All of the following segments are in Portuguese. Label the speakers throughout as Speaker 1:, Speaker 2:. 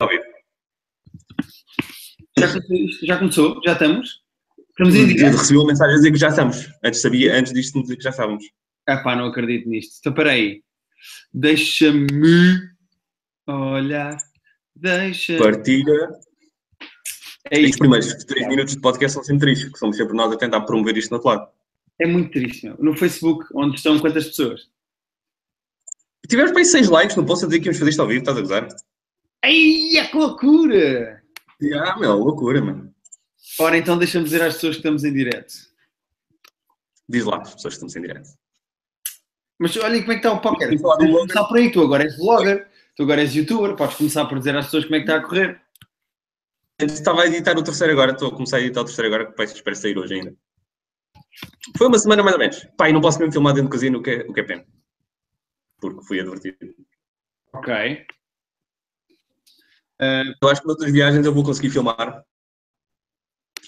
Speaker 1: Ao vivo. Já, começou isto? já começou? Já estamos? Estamos em direto?
Speaker 2: Recebi uma mensagem a dizer que já estamos. Antes sabia, antes disto me dizer que já estávamos.
Speaker 1: Ah pá, não acredito nisto. Então, peraí. Deixa-me olhar. Deixa...
Speaker 2: Partilha.
Speaker 1: É
Speaker 2: Os
Speaker 1: isto.
Speaker 2: primeiros três minutos de podcast são sempre tristes, porque somos sempre nós a tentar promover isto no outro lado.
Speaker 1: É muito triste, meu. No Facebook, onde estão quantas pessoas?
Speaker 2: Tivemos para aí seis likes, não posso dizer que íamos fazer isto ao vivo, estás a gozar?
Speaker 1: Ai, é que loucura!
Speaker 2: Ah, meu, loucura, mano.
Speaker 1: Ora, então deixa-me dizer às pessoas que estamos em direto.
Speaker 2: Diz lá, as pessoas que estamos em direto.
Speaker 1: Mas olha como é que está o póquer.
Speaker 2: Vamos falar do
Speaker 1: Vamos
Speaker 2: blogger.
Speaker 1: começar por aí. Tu agora és vlogger, tu agora és youtuber. Podes começar por dizer às pessoas como é que está a correr.
Speaker 2: Eu Estava a editar o terceiro agora, estou a começar a editar o terceiro agora, que parece que espero sair hoje ainda. Foi uma semana mais ou menos. Pai, não posso mesmo filmar dentro do casino, o que é, o que é pena. Porque fui advertido.
Speaker 1: Ok. Ah,
Speaker 2: Eu acho que noutras viagens eu vou conseguir filmar.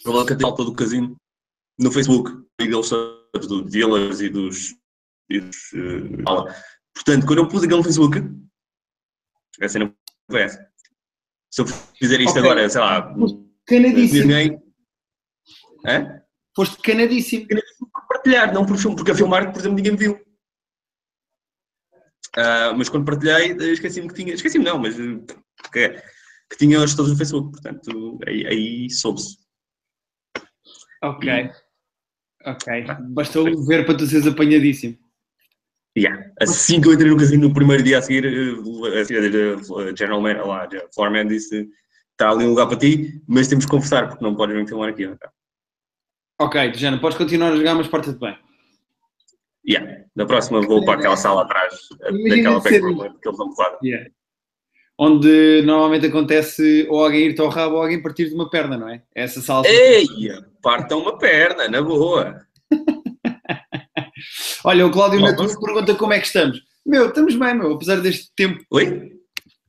Speaker 2: Vou que falta do casino no Facebook. E deles todos, dos dealers e dos. E dos eh, fala. Portanto, quando eu pus aquilo no Facebook, a cena foi essa. Se eu fizer isto
Speaker 1: Ok.
Speaker 2: agora, sei lá,
Speaker 1: Canadíssimo.
Speaker 2: ninguém. Hã?
Speaker 1: Foste canadíssimo.
Speaker 2: Partilhar, não por filme, porque a filmar, por exemplo, ninguém me viu. Ah, mas quando partilhei, eh, esqueci-me que tinha. Esqueci-me não, mas. eh, Que, que tinha os todos no Facebook, portanto, aí, aí soube-se.
Speaker 1: Ok. Ok. Bastou ver para tu seres apanhadíssimo.
Speaker 2: Yeah. Assim que eu entrei no casino, no primeiro dia a seguir, eh, a senhora eh, General Man, lá, a Floor Man disse: está ali um lugar para ti, mas temos que conversar, porque não podes vir filmar aqui. ó."
Speaker 1: Ok, tu já não podes continuar a jogar, mas porta-te bem.
Speaker 2: Yeah. Da próxima vou para aquela sala atrás, eh,
Speaker 1: Imagina
Speaker 2: daquela
Speaker 1: ser-
Speaker 2: backroom, eh, que eles dão porrada.
Speaker 1: Yeah. Onde normalmente acontece ou alguém ir-te ao rabo ou alguém partir de uma perna, não é? Essa sala.
Speaker 2: Ei, partam uma perna, na boa.
Speaker 1: Olha, o Cláudio
Speaker 2: Não,
Speaker 1: Natuno pergunta como é que estamos. Meu, estamos bem, meu. Apesar deste tempo
Speaker 2: Oi?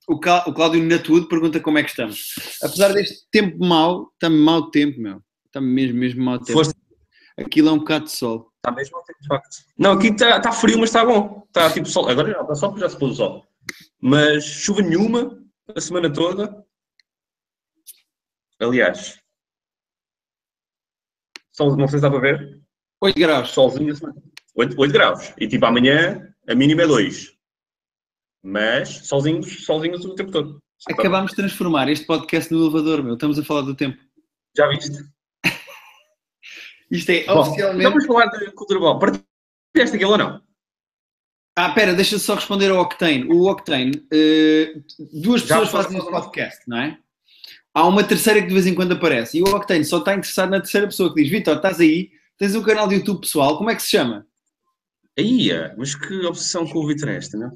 Speaker 1: O, Cá- o Cláudio Natudo pergunta como é que estamos. Apesar deste tempo mau, está-me mau tempo, meu. Está-me mesmo, mesmo mau tempo.
Speaker 2: Foste.
Speaker 1: Aquilo é um bocado de sol.
Speaker 2: Está Tá mesmo tempo, de facto. Não, aqui está tá frio, mas está bom. Está tipo sol. Agora já está sol porque já se pôs o sol. Mas chuva nenhuma a semana toda. Aliás, sol, não sei se dá para ver.
Speaker 1: 8 graus.
Speaker 2: Solzinho a semana. 8, graus. E tipo amanhã a mínima é 2. Mas solzinhos, solzinhos o tempo todo.
Speaker 1: Acabámos de transformar este podcast no elevador, meu. Estamos a falar do tempo.
Speaker 2: Já viste?
Speaker 1: Isto é
Speaker 2: Bom, então
Speaker 1: oficialmente.
Speaker 2: Vamos falar de cultura boa. Partilhaste aquilo ou não?
Speaker 1: Ah, pera, deixa só responder ao Octane. O Octane, eh, duas
Speaker 2: Já
Speaker 1: pessoas
Speaker 2: foi-
Speaker 1: fazem este podcast, não é? Há uma terceira que de vez em quando aparece. E o Octane só está interessado na terceira pessoa que diz: Vitor, estás aí? Tens um canal de YouTube pessoal, como é que se chama?
Speaker 2: Aí, mas que obsessão com o Vitor é esta, não é?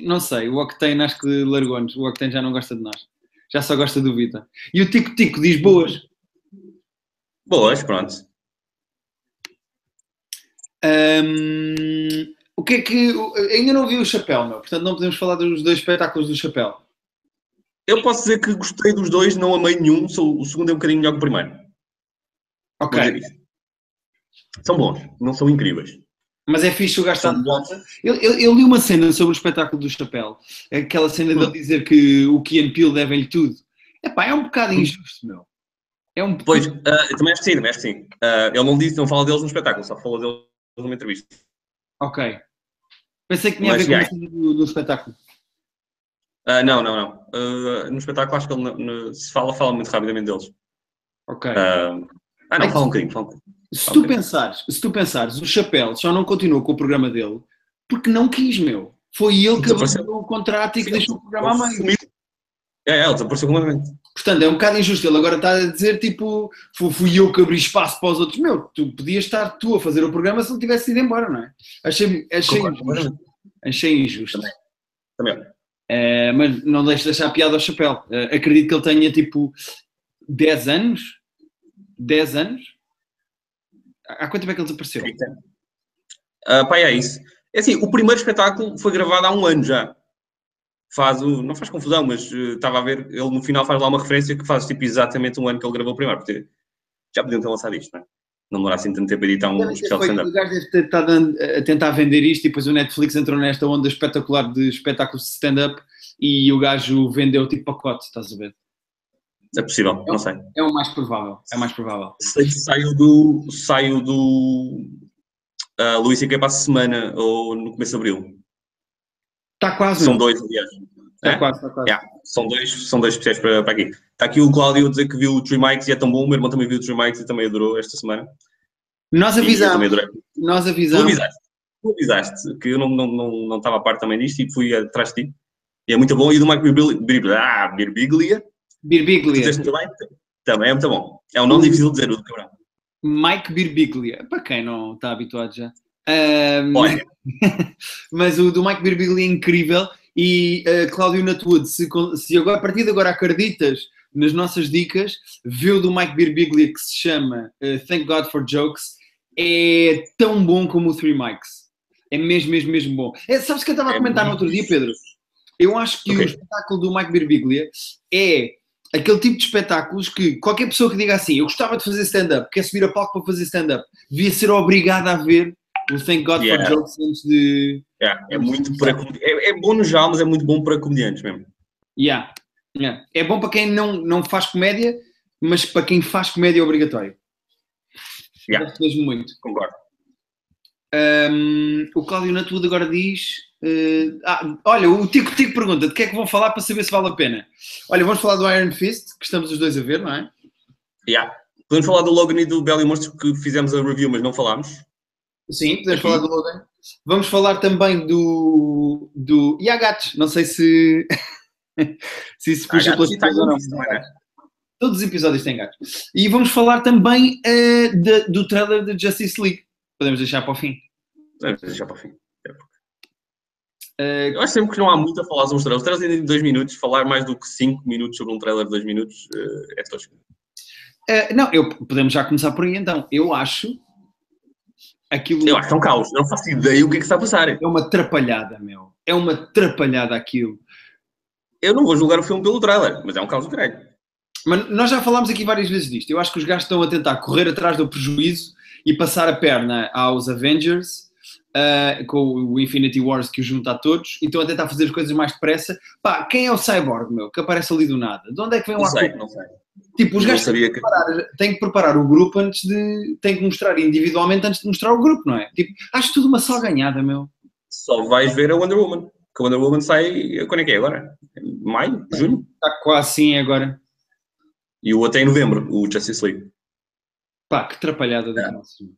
Speaker 1: Não sei, o Octane acho que largou-nos. O Octane já não gosta de nós. Já só gosta do Vita. E o Tico Tico diz boas.
Speaker 2: Boas, pronto.
Speaker 1: Ahm, o que é que. o- Ainda não vi o Chapéu, meu. Portanto, não podemos falar dos dois espetáculos do Chapéu.
Speaker 2: Eu posso dizer que gostei dos dois, não amei nenhum, sou, o segundo é um bocadinho melhor que o primeiro. Vou dizer
Speaker 1: Ok.
Speaker 2: isto. São bons, não são incríveis.
Speaker 1: Mas é fixe o gastar.
Speaker 2: São bons.
Speaker 1: Eu, eu- eu li uma cena sobre o espetáculo do Chapéu. Aquela cena
Speaker 2: Hum.
Speaker 1: dele dizer que o Kian Peele deve-lhe tudo. Epá, é um bocado injusto, meu. É um
Speaker 2: Hum. Pois, ah, eu também acho que sim, também acho que sim. Ah, ele não disse, não fala deles no espetáculo, só fala deles numa entrevista.
Speaker 1: Ok. Pensei que tinha a
Speaker 2: Mas
Speaker 1: ver com a
Speaker 2: ganha.
Speaker 1: cena do, do espetáculo.
Speaker 2: Ah, não, não, não. Ah, no espetáculo acho que ele não- não- se fala, fala muito rapidamente deles.
Speaker 1: Ok.
Speaker 2: Ah, ah, não, fala um bocadinho, fala um bocadinho.
Speaker 1: Se tu
Speaker 2: Ok.
Speaker 1: pensares, se tu pensares, o Chapéu só não continuou com o programa dele porque não quis, meu. Foi ele que
Speaker 2: Desapareceu.
Speaker 1: abandonou o contrato e que
Speaker 2: Então, Sim.
Speaker 1: deixou o programa a meio.
Speaker 2: Sumiu. É, é, ele desapareceu completamente.
Speaker 1: Portanto, é um bocado injusto. Ele agora está a dizer, tipo, fu- fui eu que abri espaço para os outros. Meu, tu podias estar tu a fazer o programa se não tivesse ido embora, não é? Achei, achei,
Speaker 2: Concordo
Speaker 1: injusto.
Speaker 2: completamente.
Speaker 1: Achei injusto.
Speaker 2: Também. Também.
Speaker 1: Eh, mas não deixo de achar piada ao Chapéu. Eh, acredito que ele tenha, tipo, 10 anos. 10 anos. Há há quanto tempo é que ele desapareceu?
Speaker 2: Ah, pá, é isso. É assim, o primeiro espetáculo foi gravado há um ano já. Faz o, não faz confusão, mas eh, estava a ver, ele no final faz lá uma referência que faz tipo exatamente um ano que ele gravou o primeiro, porque já podiam ter lançado isto, não é? Não demorar assim tanto tempo a editar um
Speaker 1: Deve ter
Speaker 2: especial de
Speaker 1: feito-
Speaker 2: stand-up.
Speaker 1: O gajo deve ter estado a- a tentar vender isto e depois o Netflix entrou nesta onda espetacular de espetáculos de stand-up e o gajo vendeu tipo pacote, estás a ver?
Speaker 2: É possível, não sei.
Speaker 1: É o mais provável, é o mais provável.
Speaker 2: Sei que saiu do. Saiu do. Uh, Luís e para a semana, ou no começo de abril.
Speaker 1: Está Tá quase.
Speaker 2: São dois, aliás.
Speaker 1: Está
Speaker 2: É?
Speaker 1: quase, está quase.
Speaker 2: Yeah, São dois, são dois especiais para, para aqui. Está aqui o Cláudio a dizer que viu o Three Mics e é tão bom. O meu irmão também viu o Three Mics e também adorou esta semana.
Speaker 1: Nós
Speaker 2: E eu também
Speaker 1: avisamos,
Speaker 2: adorei.
Speaker 1: nós
Speaker 2: Tu
Speaker 1: avisamos.
Speaker 2: avisaste, tu avisaste que eu não, não, não, não estava a par também disto e fui atrás de ti. E é muito bom. E do Mike Birbiglia, ah, Birbiglia que
Speaker 1: Birbiglia.
Speaker 2: disseste muito bem, também é muito bom. É um nome difícil de dizer, o do cabrão.
Speaker 1: Mike Birbiglia. Para quem não está habituado já. Ahm,
Speaker 2: Olha,
Speaker 1: mas o do Mike Birbiglia é incrível. E ah, Cláudio Natwood, se, con- se agora, a partir de agora acreditas nas nossas dicas, vê o do Mike Birbiglia que se chama ah, Thank God for Jokes, é tão bom como o Three Mics. É mesmo, mesmo, mesmo bom. É, sabes o que eu estava a
Speaker 2: É
Speaker 1: comentar no
Speaker 2: muito
Speaker 1: outro dia, Pedro? Eu acho que
Speaker 2: Ok.
Speaker 1: o espetáculo do Mike Birbiglia é aquele tipo de espetáculos que qualquer pessoa que diga assim, eu gostava de fazer stand-up, quer subir a palco para fazer stand-up, devia ser obrigada a ver o Thank God
Speaker 2: Yeah.
Speaker 1: for Jokes antes de...
Speaker 2: é, é muito para comedi- é, é bom no já, mas é muito bom para comediantes mesmo.
Speaker 1: Yeah. Yeah. É bom para quem não, não faz comédia, mas para quem faz comédia é obrigatório.
Speaker 2: Yeah.
Speaker 1: Gosto Mesmo muito.
Speaker 2: Concordo.
Speaker 1: Ahm, o Cláudio Natudo agora diz. eh, ah, olha, o Tico Tico pergunta de que é que vão falar para saber se vale a pena. Olha, vamos falar do Iron Fist, que estamos os dois a ver, não é?
Speaker 2: Yeah. Podemos falar do Logan e do Belo e o Monstro que fizemos a review, mas não falámos.
Speaker 1: Sim, podemos
Speaker 2: Aqui.
Speaker 1: falar do Logan. Vamos falar também do. do... E há gatos, não sei se. se isso puxa
Speaker 2: Ah,
Speaker 1: pelas
Speaker 2: e está aí
Speaker 1: pessoas ou não.
Speaker 2: isso também, né?
Speaker 1: Todos os episódios têm gatos. E vamos falar também eh, da- do trailer da Justice League. Podemos deixar para o fim.
Speaker 2: Vamos deixar É, para o fim.
Speaker 1: Eh,
Speaker 2: Eu acho sempre que não há muito a falar sobre os trailers. Os trailers ainda de 2 minutos, falar mais do que 5 minutos sobre um trailer de 2 minutos eh, é tosco.
Speaker 1: eh, não, eu, podemos já começar por aí então. Eu acho. Aquilo
Speaker 2: Eu acho que é um caos. Eu não faço ideia o que é que está a passar.
Speaker 1: é uma atrapalhada, meu. É uma atrapalhada aquilo.
Speaker 2: Eu não vou julgar o filme pelo trailer, mas é um caos do caralho.
Speaker 1: Mas nós já falámos aqui várias vezes disto. Eu acho que os gajos estão a tentar correr atrás do prejuízo e passar a perna aos Avengers, ah, com o Infinity Wars que os junta a todos, e estão a tentar fazer as coisas mais depressa. Pá, quem é o Cyborg, meu, que aparece ali do nada? De onde é que vem
Speaker 2: Não
Speaker 1: o
Speaker 2: sei,
Speaker 1: Aquaman?
Speaker 2: não sei.
Speaker 1: Tipo, os
Speaker 2: não
Speaker 1: gajos
Speaker 2: sabia que...
Speaker 1: preparar- têm que preparar o grupo antes de. têm que mostrar individualmente antes de mostrar o grupo, não é? Tipo, acho tudo uma só ganhada, meu.
Speaker 2: Só vais ver a Wonder Woman. Que a Wonder Woman sai... Quando é que é agora? Maio? Junho?
Speaker 1: Está quase assim agora.
Speaker 2: E o até em novembro, o Justice League.
Speaker 1: Pá, que atrapalhada
Speaker 2: É.
Speaker 1: do nosso.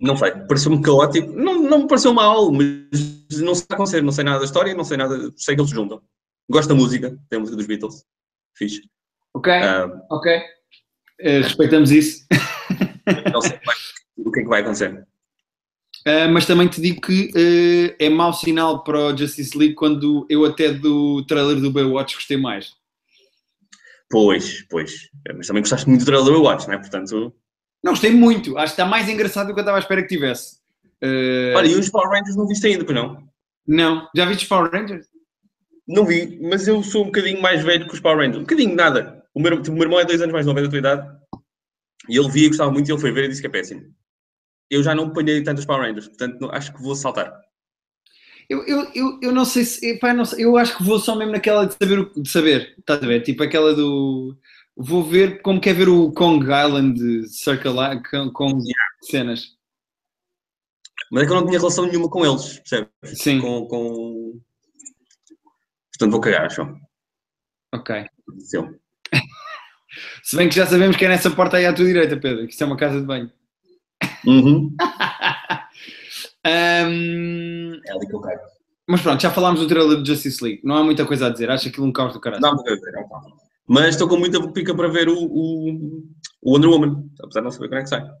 Speaker 2: Não sei, pareceu-me caótico. Não, não me pareceu mal, mas não sei o que está a acontecer. Não sei nada da história, não sei nada... Sei que eles se juntam. Gosto da música. Tem a música dos Beatles. Fixe.
Speaker 1: Ok?
Speaker 2: Ah,
Speaker 1: Ok. Eh, respeitamos isso.
Speaker 2: não sei o que é que vai acontecer.
Speaker 1: Uh, mas também te digo que uh, é mau sinal para o Justice League quando eu até do trailer do Baywatch gostei mais.
Speaker 2: Pois, pois. Mas também gostaste muito do trailer do Watch, não é? Portanto,
Speaker 1: Não, gostei muito. Acho que está mais engraçado do que eu estava à espera que tivesse. Uh,
Speaker 2: olha, e os Power Rangers não viste ainda, pois não?
Speaker 1: Não. Já viste os Power Rangers?
Speaker 2: Não vi, mas eu sou um bocadinho mais velho que os Power Rangers. Um bocadinho, nada. O meu, tipo, o meu irmão é dois anos mais novo, é da tua idade. E ele via, gostava muito, e ele foi ver e disse que é péssimo. Eu já não apanhei tantos Power Rangers, portanto não- acho que vou saltar.
Speaker 1: Eu, eu, eu, eu não sei se... epá, eu não sei- Eu acho que vou só mesmo naquela de saber. o- De saber estás a ver? Tipo aquela do... Vou ver como quer ver o Kong Island Circle Li- Kong- Kong cenas.
Speaker 2: Mas é que eu não tinha relação nenhuma com eles, percebes?
Speaker 1: Sim,
Speaker 2: Com, com... Portanto vou cagar, acho.
Speaker 1: ok.
Speaker 2: Sim.
Speaker 1: Se bem que já sabemos que é nessa porta aí à tua direita, Pedro, que isso é uma casa de banho.
Speaker 2: Uhum.
Speaker 1: Ahm,
Speaker 2: É ali que eu caio.
Speaker 1: Mas pronto, já falámos do trailer do Justice League. Não há muita coisa a dizer. Acho aquilo um caos do caralho.
Speaker 2: Dá-me para ver, é um caos. Mas estou com muita pica para ver o, o, o Wonder Woman, apesar de não saber quando é que sai. E as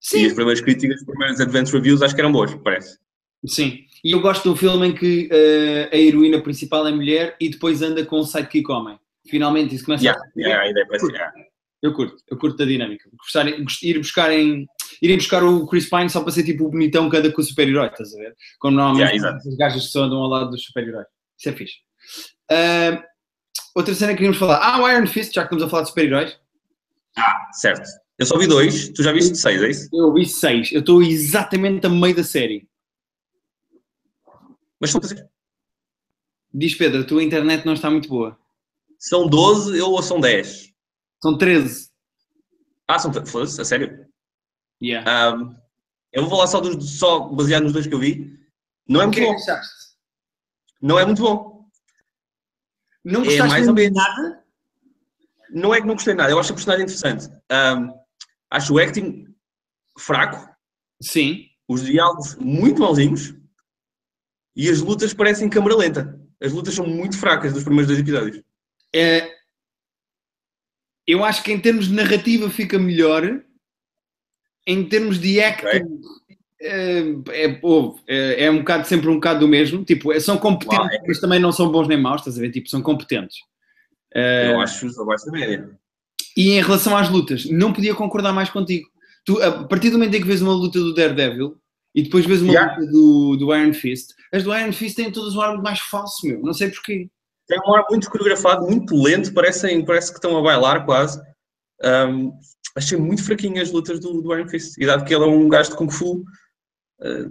Speaker 1: Sim.
Speaker 2: primeiras críticas, as primeiras advance reviews, acho que eram boas, parece.
Speaker 1: Sim. E eu gosto de um filme em que eh, a heroína principal é mulher e depois anda com um sidekick homem. Finalmente isso começa
Speaker 2: Yeah,
Speaker 1: a...
Speaker 2: yeah, a ideia parece. Yeah.
Speaker 1: Eu curto. Eu curto da dinâmica. Gostar, gost- ir buscarem... Irem buscar o Chris Pine só para ser tipo o bonitão que anda com o super-herói, estás a ver? Como normalmente
Speaker 2: Yeah, exato.
Speaker 1: os gajos que só andam ao lado dos super-heróis. Isso é fixe. Ah, outra cena que queríamos falar. Ah, o Iron Fist, já que estamos a falar de super-heróis.
Speaker 2: Certo. Eu só vi dois, tu já viste seis, é isso?
Speaker 1: Eu vi seis. Eu estou exatamente a meio da série.
Speaker 2: Mas estão a fazer.
Speaker 1: Diz Pedro, a tua internet não está muito boa.
Speaker 2: São 12 eu, ou são 10?
Speaker 1: São 13.
Speaker 2: Ah, são. tre- Foda-se, a sério?
Speaker 1: Yeah.
Speaker 2: Ahm, eu vou falar só, dos, só baseado nos dois que eu vi. Não é
Speaker 1: o
Speaker 2: muito
Speaker 1: que é que
Speaker 2: bom.
Speaker 1: achaste?
Speaker 2: Não é muito bom.
Speaker 1: Não
Speaker 2: É
Speaker 1: gostaste
Speaker 2: mais ou
Speaker 1: muito?
Speaker 2: menos. Nada? Não é que não gostei de nada. Eu acho a personagem interessante. Ahm, acho o acting fraco.
Speaker 1: Sim.
Speaker 2: os diálogos muito mauzinhos e as lutas parecem câmara lenta. As lutas são muito fracas dos primeiros dois episódios.
Speaker 1: É, eu acho que em termos de narrativa fica melhor. Em termos de acting, é, é, houve, é, é um bocado sempre um bocado do mesmo. Tipo, é- são competentes,
Speaker 2: Uau,
Speaker 1: mas também não são bons nem maus, estás a ver? Tipo, são competentes. É.
Speaker 2: Eu acho os abaixo da média.
Speaker 1: E em relação às lutas, não podia concordar mais contigo. Tu, a partir do momento em que vês uma luta do Daredevil e depois vês uma
Speaker 2: Yeah.
Speaker 1: luta do, do Iron Fist, as do Iron Fist têm todas um ar mais falso, meu. Não sei porquê.
Speaker 2: Tem um ar muito coreografado, muito lento, parecem, parece que estão a bailar quase. Ahm, achei muito fraquinho as lutas do, do Iron Fist. E dado que ele é um gajo de Kung Fu, ah,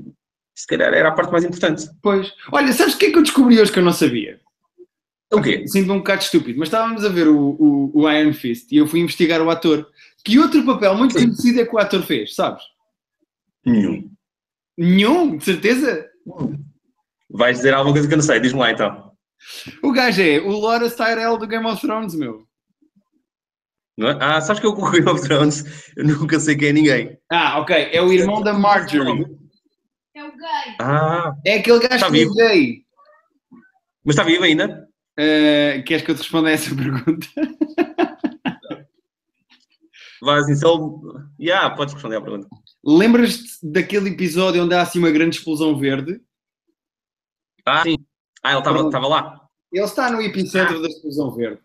Speaker 2: se calhar era a parte mais importante.
Speaker 1: Pois. Olha, sabes o que é que eu descobri hoje que eu não sabia?
Speaker 2: Então, O quê?
Speaker 1: Sinto-me um bocado estúpido, mas estávamos a ver o, o, o Iron Fist e eu fui investigar o ator. Que outro papel muito
Speaker 2: Sim.
Speaker 1: conhecido é que o ator fez, sabes?
Speaker 2: Nenhum.
Speaker 1: Nenhum, de certeza.
Speaker 2: Vais dizer alguma coisa que eu não sei, diz-me lá então.
Speaker 1: O gajo é o Loras Tyrell do Game of Thrones, meu.
Speaker 2: Não é? Ah, sabes que eu com o Game of Thrones eu nunca sei quem é ninguém.
Speaker 1: Ah, ok. É o irmão da Marjorie.
Speaker 3: É o gay.
Speaker 2: Ah,
Speaker 1: É aquele gajo
Speaker 2: Está
Speaker 1: que eu
Speaker 2: vivo.
Speaker 1: dei.
Speaker 2: mas está vivo ainda?
Speaker 1: Uh, queres que eu te responda a essa pergunta?
Speaker 2: Vais então. Yeah, podes responder à pergunta.
Speaker 1: Lembras-te daquele episódio onde há assim uma grande explosão verde?
Speaker 2: Ah, sim. Ah, ele
Speaker 1: Pronto.
Speaker 2: estava lá.
Speaker 1: Ele está no epicentro da explosão verde.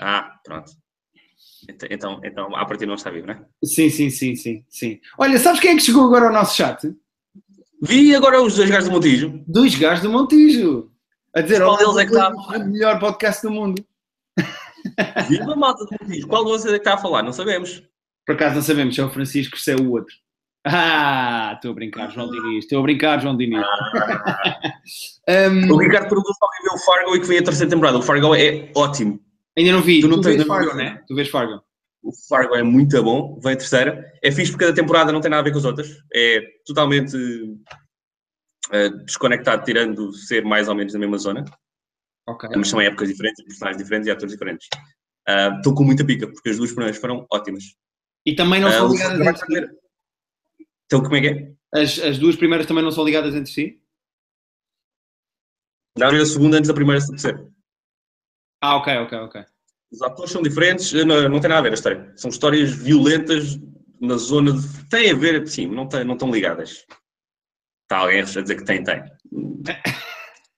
Speaker 2: Ah, pronto. Ent- Então, então à partida não está vivo, né?
Speaker 1: Sim, sim, sim, sim, sim. Olha, sabes quem é que chegou agora ao nosso chat?
Speaker 2: Vi agora os dois gajos do Montijo.
Speaker 1: Dois gajos do Montijo. A dizer,
Speaker 2: Qual
Speaker 1: "Olá,
Speaker 2: deles é que está?
Speaker 1: o melhor podcast do mundo.
Speaker 2: Viva a malta do Montijo. Qual de vocês é que está a falar? Não sabemos.
Speaker 1: Por acaso não sabemos se é o Francisco, se é o outro. Ah, estou a brincar, João Diniz. Estou a brincar, João Diniz. Um,
Speaker 2: O Ricardo perguntou só quem viu o Fargo e que vem a terceira temporada. O Fargo é ótimo.
Speaker 1: ainda não vi.
Speaker 2: Tu
Speaker 1: Tu,
Speaker 2: não tens né?
Speaker 1: vês
Speaker 2: a mínima
Speaker 1: Fargo, não
Speaker 2: ideia.
Speaker 1: é? Tu vês Fargo.
Speaker 2: O Fargo é muito bom. Vem a terceira. É fixe porque cada temporada não tem nada a ver com as outras. É totalmente eh, desconectado, tirando ser mais ou menos na mesma zona.
Speaker 1: Ok.
Speaker 2: mas são épocas diferentes, personagens diferentes e atores diferentes. Ah, Estou com muita pica, porque as duas primeiras foram ótimas.
Speaker 1: E também não
Speaker 2: Ah,
Speaker 1: são
Speaker 2: o
Speaker 1: ligadas
Speaker 2: Fargo vai
Speaker 1: entre si.
Speaker 2: fazer- Então, como é que é?
Speaker 1: As, as duas primeiras também não são ligadas entre si?
Speaker 2: Dá a segunda antes da primeira se terceira.
Speaker 1: Ah, ok, ok, ok.
Speaker 2: Os atores são diferentes, eh, não, não tem nada a ver a história. São histórias violentas na zona de. Tem a ver, sim, não, tem, não estão ligadas. Está alguém a dizer que tem, tem.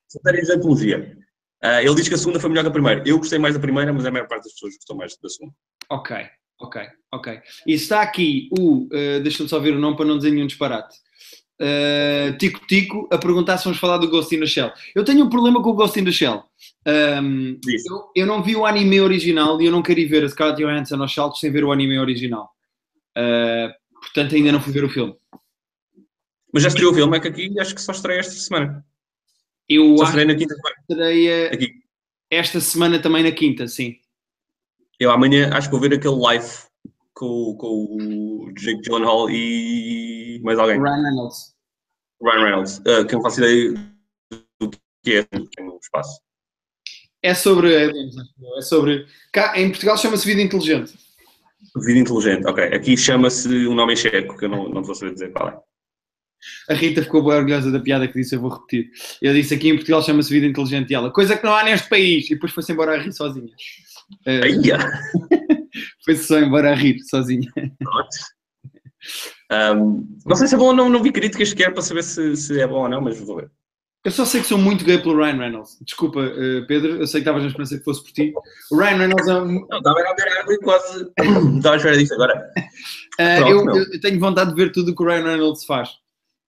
Speaker 2: São histórias de antologia. Ah, ele diz que a segunda foi melhor que a primeira. Eu gostei mais da primeira, mas a maior parte das pessoas gostou mais da segunda.
Speaker 1: Ok, ok, ok. E está aqui o, eh, deixa-me só ver o nome para não dizer nenhum disparate. Eh, Tico Tico a perguntar se vamos falar do Ghost in the Shell. Eu tenho um problema com o Ghost in the Shell. Ahm,
Speaker 2: Diz.
Speaker 1: eu, eu não vi o anime original e eu não quero ir ver a Scarlett Johansson aos saltos sem ver o anime original. Eh, portanto, ainda não fui ver o filme.
Speaker 2: Mas já estreou o filme, é que aqui acho que só estreia esta semana.
Speaker 1: Eu
Speaker 2: Só
Speaker 1: acho
Speaker 2: estreia na quinta semana.
Speaker 1: que estreia
Speaker 2: Aqui.
Speaker 1: esta semana também na quinta, sim.
Speaker 2: Eu amanhã acho que vou ver aquele live com, o- com o Jake Gyllenhaal e mais alguém.
Speaker 1: Ryan Reynolds.
Speaker 2: Ryan Reynolds. ah, que eu não faço ideia do que é do que é no espaço.
Speaker 1: É sobre aliens, acho eu. é sobre. Cá, em Portugal chama-se vida inteligente.
Speaker 2: Vida inteligente, ok. Aqui chama-se um nome em checo, que eu não, não vou saber dizer qual é.
Speaker 1: A Rita ficou bem orgulhosa da piada que disse, eu vou repetir. Eu disse aqui em Portugal chama-se vida inteligente e ela, coisa que não há neste país. E depois foi-se embora a rir sozinha. Eh,
Speaker 2: Ai, ah,
Speaker 1: foi-se só embora a rir sozinha.
Speaker 2: pronto. Ahm, não sei se é bom ou não, não vi críticas sequer para saber se, se é bom ou não, mas vou ver.
Speaker 1: Eu só sei que sou muito gay pelo Ryan Reynolds. Desculpa, eh, Pedro, eu sei que estavas na esperança que fosse por ti. O Ryan Reynolds é um.
Speaker 2: Não, estava a ver água e quase. Estava a esperar disto agora.
Speaker 1: eh,
Speaker 2: Pronto,
Speaker 1: eu,
Speaker 2: meu.
Speaker 1: eu- eu tenho vontade de ver tudo o que o Ryan Reynolds faz.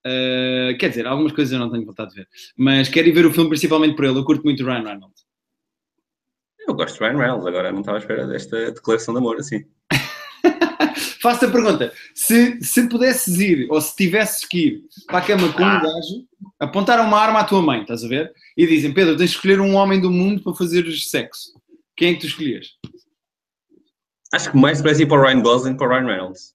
Speaker 1: Eh, quer dizer, algumas coisas eu não tenho vontade de ver. Mas quero ir ver o filme principalmente por ele. Eu curto muito o Ryan Reynolds.
Speaker 2: Eu gosto de Ryan Reynolds, agora não estava à espera desta declaração de amor assim.
Speaker 1: Faço-te a pergunta: se, se pudesses ir ou se tivesses que ir para a cama com um gajo, apontaram uma arma à tua mãe, estás a ver? E dizem, Pedro, tens de escolher um homem do mundo para fazeres sexo. Quem é que tu escolhias?
Speaker 2: Acho que mais parece ir para o Ryan Gosling que para o Ryan Reynolds.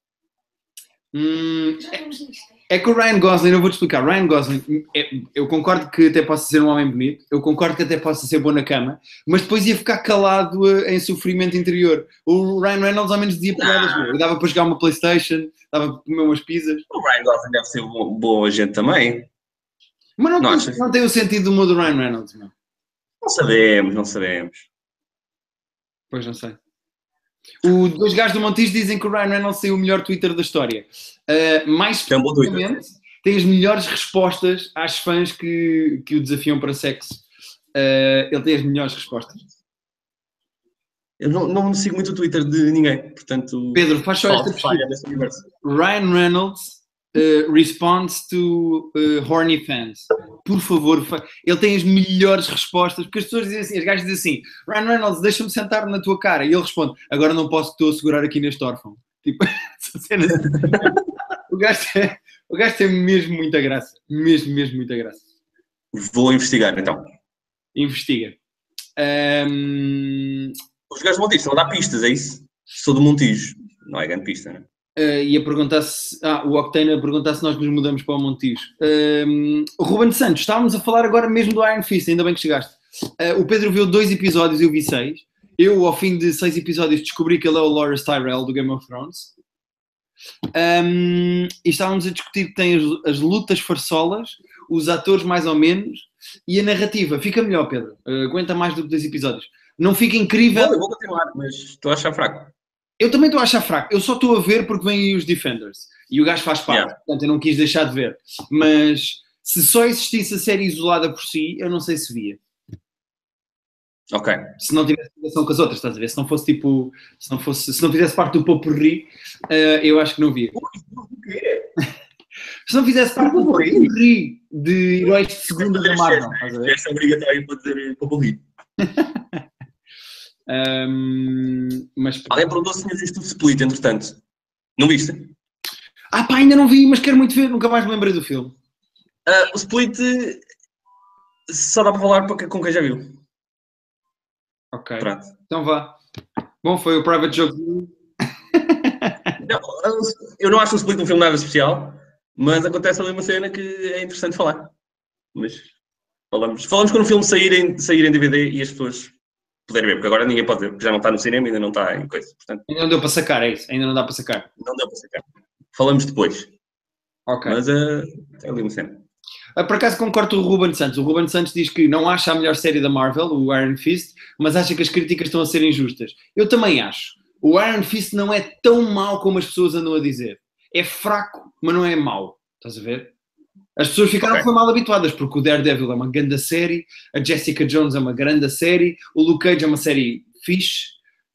Speaker 1: Hum,
Speaker 3: Já estamos nisto.
Speaker 1: É que o Ryan Gosling, eu vou-te explicar, Ryan Gosling, é- eu concordo que até possa ser um homem bonito, eu concordo que até possa ser bom na cama, mas depois ia ficar calado eh, em sofrimento interior. O Ryan Reynolds ao menos dizia piadas, meu. dava para jogar uma Playstation, dava para comer umas pizzas,
Speaker 2: O Ryan Gosling deve ser um bom, bom agente também.
Speaker 1: mas não,
Speaker 2: Não,
Speaker 1: tem,
Speaker 2: acho-
Speaker 1: não tem o sentido do humor do Ryan Reynolds, meu.
Speaker 2: Não sabemos, não sabemos.
Speaker 1: Pois não sei. O dois gajos do Montijo dizem que o Ryan Reynolds tem o melhor Twitter da história. Eh, mais
Speaker 2: Tem um bom Twitter.
Speaker 1: Basicamente, tem as melhores respostas às fãs que, que o desafiam para sexo. Eh, ele tem as melhores respostas.
Speaker 2: Eu não, não sigo muito o Twitter de ninguém, portanto.
Speaker 1: Pedro, faz só esta
Speaker 2: falta
Speaker 1: pesquisa.
Speaker 2: falha nesse universo.
Speaker 1: Ryan Reynolds eh, responds to eh, horny fans. Por favor, fa- ele tem as melhores respostas, porque as pessoas dizem assim, as gajas dizem assim, Ryan Reynolds, deixa-me sentar me na tua cara. E ele responde, agora não posso, estou a segurar aqui neste órfão. Tipo, são cenas assim. o, gajo tem, o gajo tem mesmo muita graça. Mesmo, mesmo muita graça.
Speaker 2: Vou investigar então.
Speaker 1: Investiga. Ahm,
Speaker 2: Os gajos do Montijo estão a dar pistas, é isso? Sou do Montijo. Não é grande pista, né?
Speaker 1: eh, ia perguntar se. Ah, o Octane a perguntar se nós nos mudamos para o Montijo. Ahm, Ruben Santos, estávamos a falar agora mesmo do Iron Fist, ainda bem que chegaste. Ah, o Pedro viu dois episódios, eu vi seis. Eu, ao fim de seis episódios, descobri que ele é o Loras Tyrell do Game of Thrones. Ahm, e estávamos a discutir que tem as, as lutas farsolas, os atores mais ou menos, e a narrativa. Fica melhor, Pedro. Ah, aguenta mais do que dois episódios. Não fica incrível.
Speaker 2: Vou, vou continuar, mas estou a achar fraco.
Speaker 1: Eu também estou a achar fraco. Eu só estou a ver porque vêm aí os Defenders. E o gajo faz parte.
Speaker 2: Yeah.
Speaker 1: Portanto, eu não quis deixar de ver. Mas se só existisse a série isolada por si, eu não sei se via.
Speaker 2: Ok.
Speaker 1: Se não tivesse ligação com as outras, estás a ver? Se não fosse tipo. Se não, fosse, se não fizesse parte do Popurri, eh, eu acho que não via.
Speaker 2: O quê?
Speaker 1: Se não fizesse parte do
Speaker 2: Popurrí?
Speaker 1: Popurri de heróis
Speaker 2: é
Speaker 1: de segunda da Marvel, estás a ver?
Speaker 2: Essa é obrigatória para dizer para bolir.
Speaker 1: Ahm, mas.
Speaker 2: Alguém perguntou se tinha visto o Split, entretanto. Não viste?
Speaker 1: Ah, pá, ainda não vi, mas quero muito ver. Nunca mais me lembrei do filme.
Speaker 2: Ah, o Split eh, só dá para falar para quem- com quem já viu.
Speaker 1: Ok.
Speaker 2: Pronto.
Speaker 1: Então vá. Bom, foi o Private Joke.
Speaker 2: Não, ah, eu não acho o Split um filme nada especial, mas acontece ali uma cena que é interessante falar. Mas falamos, falamos quando o filme sair em, sair em DVD e as pessoas puderem ver, porque agora ninguém pode ver, porque já não está no cinema, ainda não está em coisa. Portanto,
Speaker 1: Ainda não deu para sacar, é isso. Ainda não dá para sacar.
Speaker 2: não deu para sacar. Falamos depois.
Speaker 1: Ok.
Speaker 2: Mas ah, tem ali uma cena.
Speaker 1: Ah, Por acaso concordo com o Ruben Santos. O Ruben Santos diz que não acha a melhor série da Marvel, o Iron Fist, mas acha que as críticas estão a ser injustas. Eu também acho. O Iron Fist não é tão mau como as pessoas andam a dizer. É fraco, mas não é mau. Estás a ver? As pessoas ficaram
Speaker 2: Ok.
Speaker 1: foi mal habituadas, porque o Daredevil é uma grande série, a Jessica Jones é uma grande série, o Luke Cage é uma série fixe.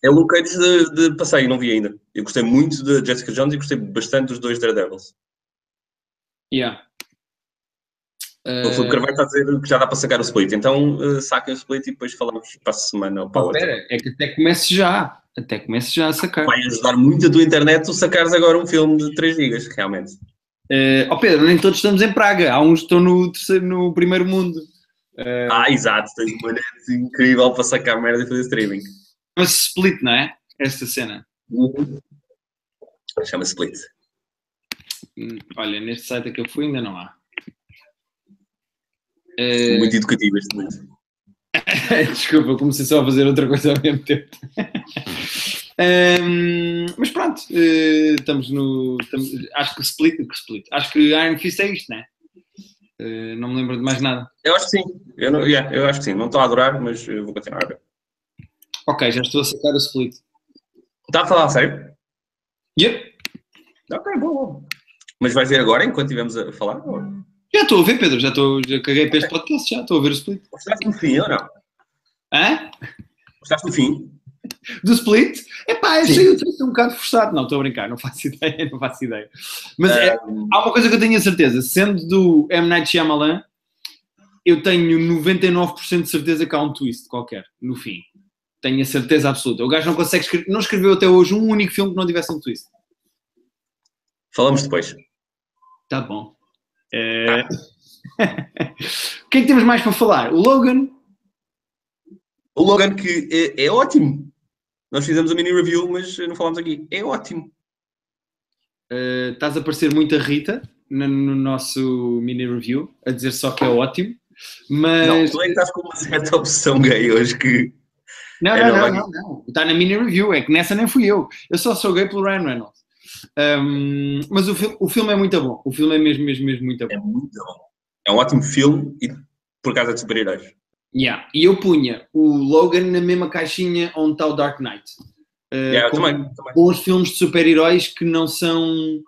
Speaker 2: É Luke Cage de, de passeio, não vi ainda. Eu gostei muito de Jessica Jones e gostei bastante dos dois Daredevils.
Speaker 1: Yeah.
Speaker 2: O
Speaker 1: Eh,
Speaker 2: Filipe Carvalho está a dizer que já dá para sacar o split, então eh, saca o split e depois falamos para a semana ou para a
Speaker 1: Pá,
Speaker 2: outra.
Speaker 1: pera, é que até comece já. Até comece já a sacar.
Speaker 2: Vai ajudar muito a tua internet tu sacares agora um filme de 3 gigas, realmente.
Speaker 1: Eh, ó Pedro, nem todos estamos em Praga. Há uns que estão no, terceiro- no primeiro mundo. Eh,
Speaker 2: Ah, exato, tens uma net incrível para sacar merda e fazer streaming.
Speaker 1: Mas split, não é? Esta cena.
Speaker 2: Chama-se split.
Speaker 1: Hum, Olha, neste site que eu fui ainda não há. Eh,
Speaker 2: Muito educativo este split.
Speaker 1: Desculpa, comecei só a fazer outra coisa ao mesmo tempo. Ehm, mas pronto, eh, estamos no. estamos- acho que split, que split. Acho que Iron Fist é isto, não é? Eh, não me lembro de mais nada.
Speaker 2: Eu acho que sim, eu, não- yeah, eu acho que sim. Não estou a adorar, mas eh, vou continuar a ver.
Speaker 1: Ok, já estou a sacar o split.
Speaker 2: Está a falar a sério?
Speaker 1: Yep.
Speaker 2: Ok, bom, bom. Mas vais ver agora, enquanto estivermos a falar? Ou...
Speaker 1: Já estou a ver, Pedro, já, estou, já caguei para este podcast, já estou a ver o split.
Speaker 2: Gostaste do fim ou não?
Speaker 1: Hã?
Speaker 2: Gostaste do fim?
Speaker 1: do Split. Epá,
Speaker 2: Sim.
Speaker 1: achei o tweet um bocado forçado. Não, estou a brincar, não faço ideia, não faço ideia. Mas é,
Speaker 2: Ah,
Speaker 1: há uma coisa que eu tenho a certeza, sendo do M. Night Shyamalan, eu tenho 99% de certeza que há um twist qualquer, no fim. Tenho a certeza absoluta. O gajo não consegue escrever, não escreveu até hoje um único filme que não tivesse um twist.
Speaker 2: falamos depois.
Speaker 1: Tá bom. É, O que é que temos mais para falar? O Logan,
Speaker 2: O Logan, que é, é ótimo. Nós fizemos a mini review, mas não falámos aqui. É ótimo.
Speaker 1: eh, estás a parecer muito a Rita no, no nosso mini review, a dizer só que é ótimo.
Speaker 2: Não,
Speaker 1: Mas.
Speaker 2: tu é que estás com uma certa opção gay hoje que.
Speaker 1: Não,
Speaker 2: Era
Speaker 1: não, não,
Speaker 2: bem.
Speaker 1: não, não. Está na mini review, é que nessa nem fui eu. Eu só sou gay pelo Ryan Reynolds. Ahm, mas o, fil- o filme é muito bom. O filme é mesmo, mesmo, mesmo muito bom.
Speaker 2: É muito bom. É um ótimo filme e por causa de super-heróis.
Speaker 1: Yeah. E eu punha o Logan na mesma caixinha onde está o Dark Knight. Ah,
Speaker 2: Yeah, eu
Speaker 1: como
Speaker 2: também, também.
Speaker 1: Bons filmes de super-heróis que não são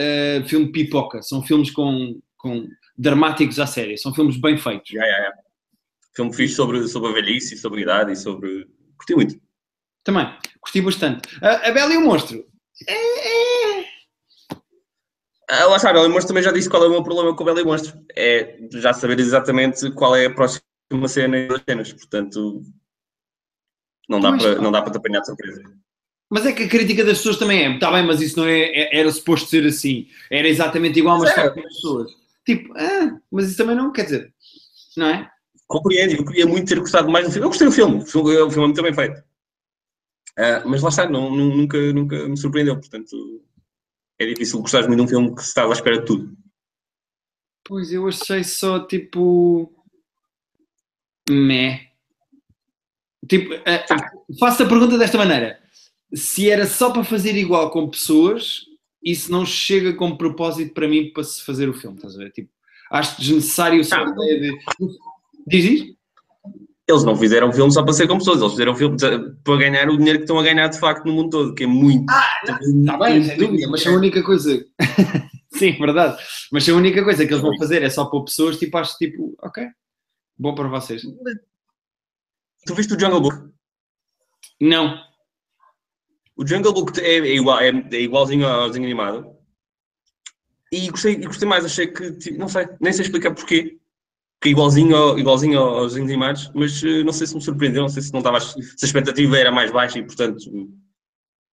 Speaker 1: ah, filme pipoca, são filmes com, com dramáticos à série, são filmes bem feitos.
Speaker 2: Yeah, yeah, yeah. Filme fixe sobre, sobre a velhice, e sobre a idade e sobre. Curti muito.
Speaker 1: Também, curti bastante. Ah, a Bela e o Monstro. É, é.
Speaker 2: Ah, lá está, a Bela e o Monstro também já disse qual é o meu problema com o Bela e o Monstro. É já saber exatamente qual é a próxima cena e as cenas. Portanto, não dá
Speaker 1: Mas-
Speaker 2: para não dá para te apanhar de surpresa.
Speaker 1: Mas é que a crítica das pessoas também é, está bem, mas isso não é, é- era suposto ser assim. Era exatamente igual, mas só
Speaker 2: Certo.
Speaker 1: com as pessoas. Tipo, ah, mas isso também não quer dizer, não é?
Speaker 2: Compreendo, eu queria muito ter gostado mais do filme. Eu gostei do filme, o filme o filme é muito bem feito. Ah, mas lá está, não, nu- nunca, nunca me surpreendeu, portanto é difícil gostares muito de um filme que se estava à espera de tudo.
Speaker 1: Pois eu achei só tipo. Meh. Tipo, ah, faço a pergunta desta maneira: se era só para fazer igual com pessoas, isso não chega como propósito para mim para se fazer o filme, estás a ver? Tipo, acho desnecessário só a ideia de. Diz isto?
Speaker 2: Eles não fizeram filme só para ser como pessoas, eles fizeram filme de- para ganhar o dinheiro que estão a ganhar de facto no mundo todo, que é muito.
Speaker 1: Está Ah, Tá bem, sem dúvida, mas a única coisa. Sim, verdade. Mas se a única coisa que eles vão fazer é só pôr pessoas, tipo, acho tipo, ok, bom para vocês.
Speaker 2: Tu viste o Jungle Book?
Speaker 1: Não,
Speaker 2: O Jungle Book é, é igual, é, é igualzinho ao desenho animado. E gostei, e gostei mais, achei que, tipo, não sei, nem sei explicar porquê. Que é igualzinho, ao, igualzinho ao- aos desenhos animados, mas eh, não sei se me surpreendeu, não sei se não estava, se a expectativa era mais baixa e, portanto,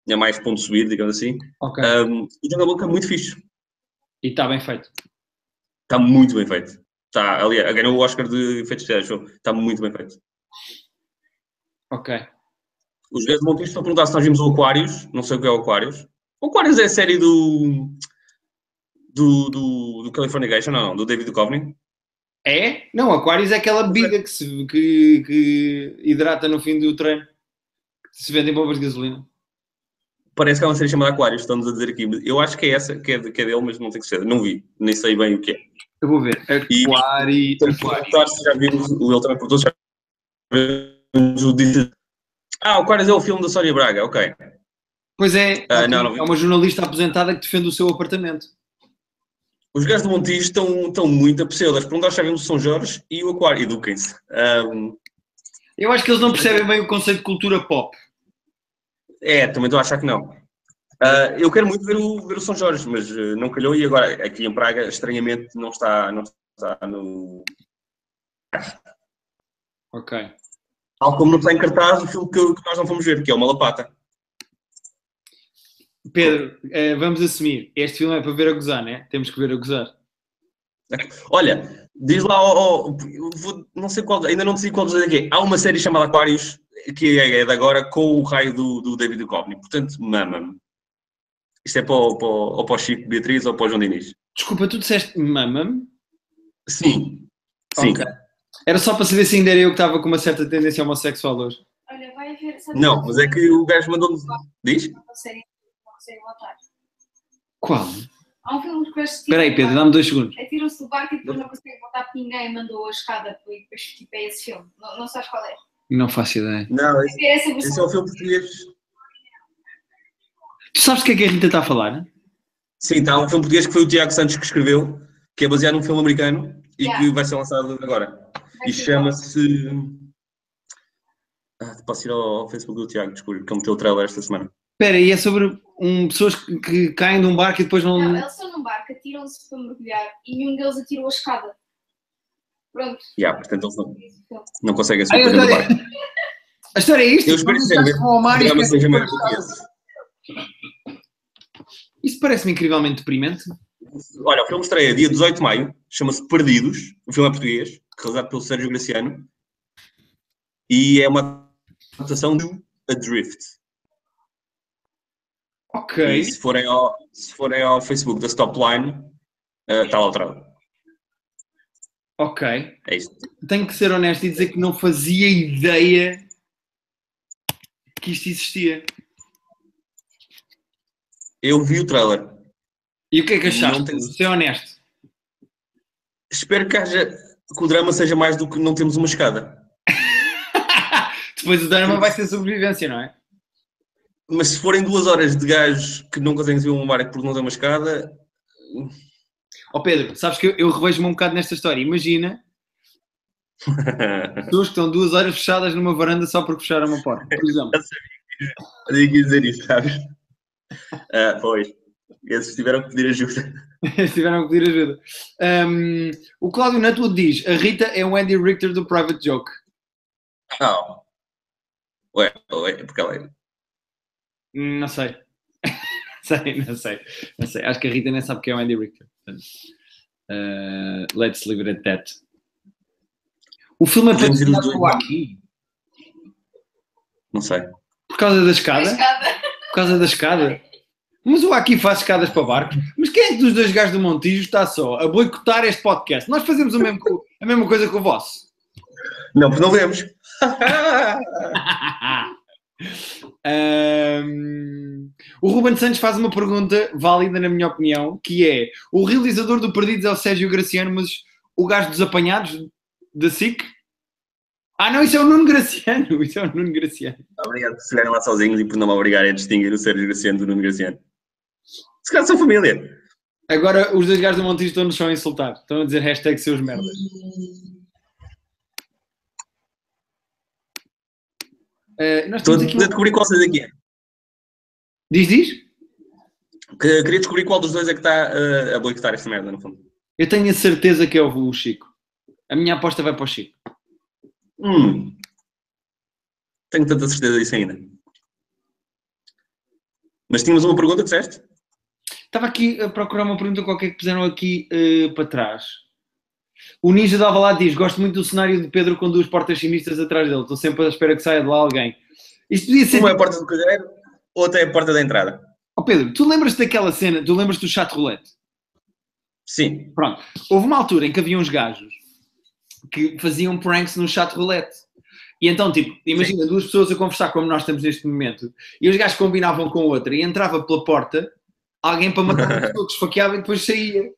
Speaker 2: é mais ponto subido, digamos assim.
Speaker 1: ok.
Speaker 2: Um, o Jungle Book é muito fixe,
Speaker 1: E está bem feito.
Speaker 2: está muito bem feito. Está, aliás, ganhou o Oscar de efeitos especiais, show. está muito bem feito.
Speaker 1: Ok.
Speaker 2: Os gajos do Montijo estão a perguntar se nós vimos o Aquarius. Não sei o que é o Aquarius. O Aquarius é a série do. do, do, do Californication, não, não, do David Duchovny.
Speaker 1: É? Não, Aquarius é aquela bebida que, se, que, que hidrata no fim do treino. Que se vende em bombas de gasolina.
Speaker 2: Parece que é uma série chamada Aquarius, estão-nos a dizer aqui. mas Eu acho que é essa, que é, de- que é dele, mas não tenho certeza. Não vi, nem sei bem o que é.
Speaker 1: Eu vou ver. Então,
Speaker 2: E-
Speaker 1: Aquari.
Speaker 2: Estamos a perguntar se já vimos. o- Ele também perguntou se já vimos o. This Is- Ah, o Aquarius é o filme da Sónia Braga, ok.
Speaker 1: Pois é,
Speaker 2: Ah, não, não vi.
Speaker 1: é uma jornalista aposentada que defende o seu apartamento.
Speaker 2: Os gajos do Montijo estão, estão muito a pseudo. Eles perguntaram se já vimos o São Jorge e o Aquarius. Eduquem-se. Ahm,
Speaker 1: Eu acho que eles não percebem bem o conceito de cultura pop.
Speaker 2: É, também estou a achar que não. Ah, eu quero muito ver o, ver o São Jorge, mas eh, não calhou e agora aqui em Praga, estranhamente, não está, não está no.
Speaker 1: Ok.
Speaker 2: Tal como não está em cartaz o filme que, que nós não fomos ver, que é o Malapata.
Speaker 1: Pedro, eh, vamos assumir. Este filme é para ver a gozar, né? Temos que ver a gozar.
Speaker 2: Olha, diz lá, ao- ao- eu vou- não sei qual, ainda não decidi qual dizer aqui. é. Há uma série chamada Aquarius, que é, é de agora, com o raio do, do David Duchovny. Portanto, mama-me. Isto é para o, para o- ou para o Chico Beatriz ou para o João Diniz.
Speaker 1: Desculpa, tu disseste mama-me?
Speaker 2: Sim. Sim.
Speaker 1: Ok. Era só para saber se ainda era eu que estava com uma certa tendência homossexual hoje.
Speaker 3: Olha, vai ver. sabe
Speaker 2: Não,
Speaker 3: que-
Speaker 2: mas é que o gajo mandou-me. Diz?
Speaker 3: Não consegue, não consegue voltar.
Speaker 1: Qual?
Speaker 3: Há um filme que parece
Speaker 1: Espera aí, Pedro, dá-me dois segundos.
Speaker 3: Atiram-se do barco e depois não conseguem voltar porque ninguém mandou a escada e depois tipo, é esse filme. Não, não sabes qual é.
Speaker 1: Não faço ideia.
Speaker 2: Não,
Speaker 3: Vai ver essa
Speaker 2: Esse é
Speaker 3: versão.
Speaker 2: o filme português.
Speaker 1: Tu sabes o que é que a Rita está a falar?
Speaker 2: Sim, está um filme português que foi o Tiago Santos que escreveu, que é baseado num filme americano e
Speaker 3: Yeah.
Speaker 2: que vai ser lançado agora.
Speaker 3: Vai
Speaker 2: E
Speaker 3: ser
Speaker 2: chama-se. Ah, posso ir ao Facebook do Tiago, desculpe, que ele meteu o trailer esta semana.
Speaker 1: Espera, e é sobre um, pessoas que, que caem de um barco e depois
Speaker 3: bom. Não,
Speaker 1: não...
Speaker 3: eles estão num barco, atiram-se para mergulhar e nenhum deles atirou a escada. Pronto.
Speaker 2: Yeah, portanto, eles não,
Speaker 3: Esse filme.
Speaker 2: não conseguem
Speaker 1: Ai,
Speaker 2: subir
Speaker 1: eu
Speaker 2: do
Speaker 1: adorei.
Speaker 2: barco.
Speaker 1: A história é isto?
Speaker 2: Eu espero
Speaker 1: Os
Speaker 2: ser
Speaker 1: barcos
Speaker 2: mesmo.
Speaker 1: vão ao mar
Speaker 2: O
Speaker 1: e
Speaker 2: drama
Speaker 1: esquecem
Speaker 2: seja
Speaker 1: de
Speaker 2: mesmo
Speaker 1: pôr as
Speaker 2: português.
Speaker 1: Isso parece-me incrivelmente deprimente.
Speaker 2: Olha, o filme estreia dia 18 de maio, chama-se Perdidos, o filme é português, realizado pelo Sérgio Graciano, e é uma adaptação de Adrift. E
Speaker 1: Ok.
Speaker 2: se forem ao, se forem ao Facebook da Stopline, eh, está lá outra.
Speaker 1: Ok.
Speaker 2: É isto.
Speaker 1: Tenho que ser honesto e dizer que não fazia ideia que isto existia.
Speaker 2: Eu vi o trailer.
Speaker 1: E o que é que achaste?
Speaker 2: Não tenho-
Speaker 1: Ser honesto.
Speaker 2: Espero que haja que o drama seja mais do que não temos uma escada.
Speaker 1: Depois o drama vai ser sobrevivência, não é?
Speaker 2: Mas se forem duas horas de gajos que não conseguem subir uma marca porque não tem uma escada,
Speaker 1: Ó Pedro, sabes que eu, eu revejo-me um bocado nesta história. Imagina pessoas que estão duas horas fechadas numa varanda só porque fecharam uma porta, por exemplo.
Speaker 2: tinha que dizer isto, sabes? Ah, pois, esses tiveram que pedir ajuda.
Speaker 1: Tiveram que pedir ajuda. Ahm, o Cláudio Natwood diz: a Rita é o Andy Richter do Private Joke.
Speaker 2: Não. Ué, ué, porque ela é.
Speaker 1: Hum, Não sei. sei, não sei. Não sei. Acho que a Rita nem sabe quem é o Andy Richter. Portanto, eh, let's leave it at that. O filme é
Speaker 2: Podemos ir os
Speaker 1: patrocinado
Speaker 2: dois.
Speaker 1: pelo aqui.
Speaker 2: Não sei.
Speaker 1: Por causa da
Speaker 3: A
Speaker 1: escada?
Speaker 3: escada.
Speaker 1: Por causa da escada? Mas o aqui faz escadas para barcos. Mas quem é que dos dois gajos do Montijo está só a boicotar este podcast? Nós fazemos o mesmo co- a mesma coisa que o vosso.
Speaker 2: Não, porque não vemos.
Speaker 1: Ahm, o Ruben Santos faz uma pergunta válida, na minha opinião, que é: o realizador do Perdidos é o Sérgio Graciano, mas o gajo dos apanhados da SIC? Ah, não, isso é o Nuno Graciano. Isso é o Nuno Graciano.
Speaker 2: Obrigado por chegarem lá sozinhos e por não me obrigarem a distinguir o Sérgio Graciano do Nuno Graciano. Se calhar são família.
Speaker 1: Agora, os dois gajos do Montijo estão-nos só a insultar. Estão a dizer hashtag seus merdas. Ah, nós
Speaker 2: Estou a
Speaker 1: temos aqui um-
Speaker 2: descobrir qual seja aqui é.
Speaker 1: Diz, diz?
Speaker 2: Que- Queria descobrir qual dos dois é que está eh, a boicotar esta merda, no fundo.
Speaker 1: Eu tenho a certeza que é o Chico. A minha aposta vai para o Chico.
Speaker 2: Hum. Tenho tanta certeza disso ainda. Mas tínhamos uma pergunta que disseste?
Speaker 1: Estava aqui a procurar uma pergunta qualquer que puseram aqui eh, para trás. O Ninja da Avalade diz: Gosto muito do cenário de Pedro com duas portas sinistras atrás dele. Estou sempre à espera que saia de lá alguém. Isto podia ser.
Speaker 2: Uma é a porta do cadeiro, outra é a porta da entrada.
Speaker 1: Oh, Pedro, tu lembras-te daquela cena? Tu lembras-te do chat roulette?
Speaker 2: Sim.
Speaker 1: Houve uma altura em que havia uns gajos que faziam pranks no chat roulette. E então, tipo, imagina duas pessoas a conversar como nós estamos neste momento, e os gajos combinavam com outra, e entrava pela porta alguém para matar a pessoa que esfaqueava e depois saía.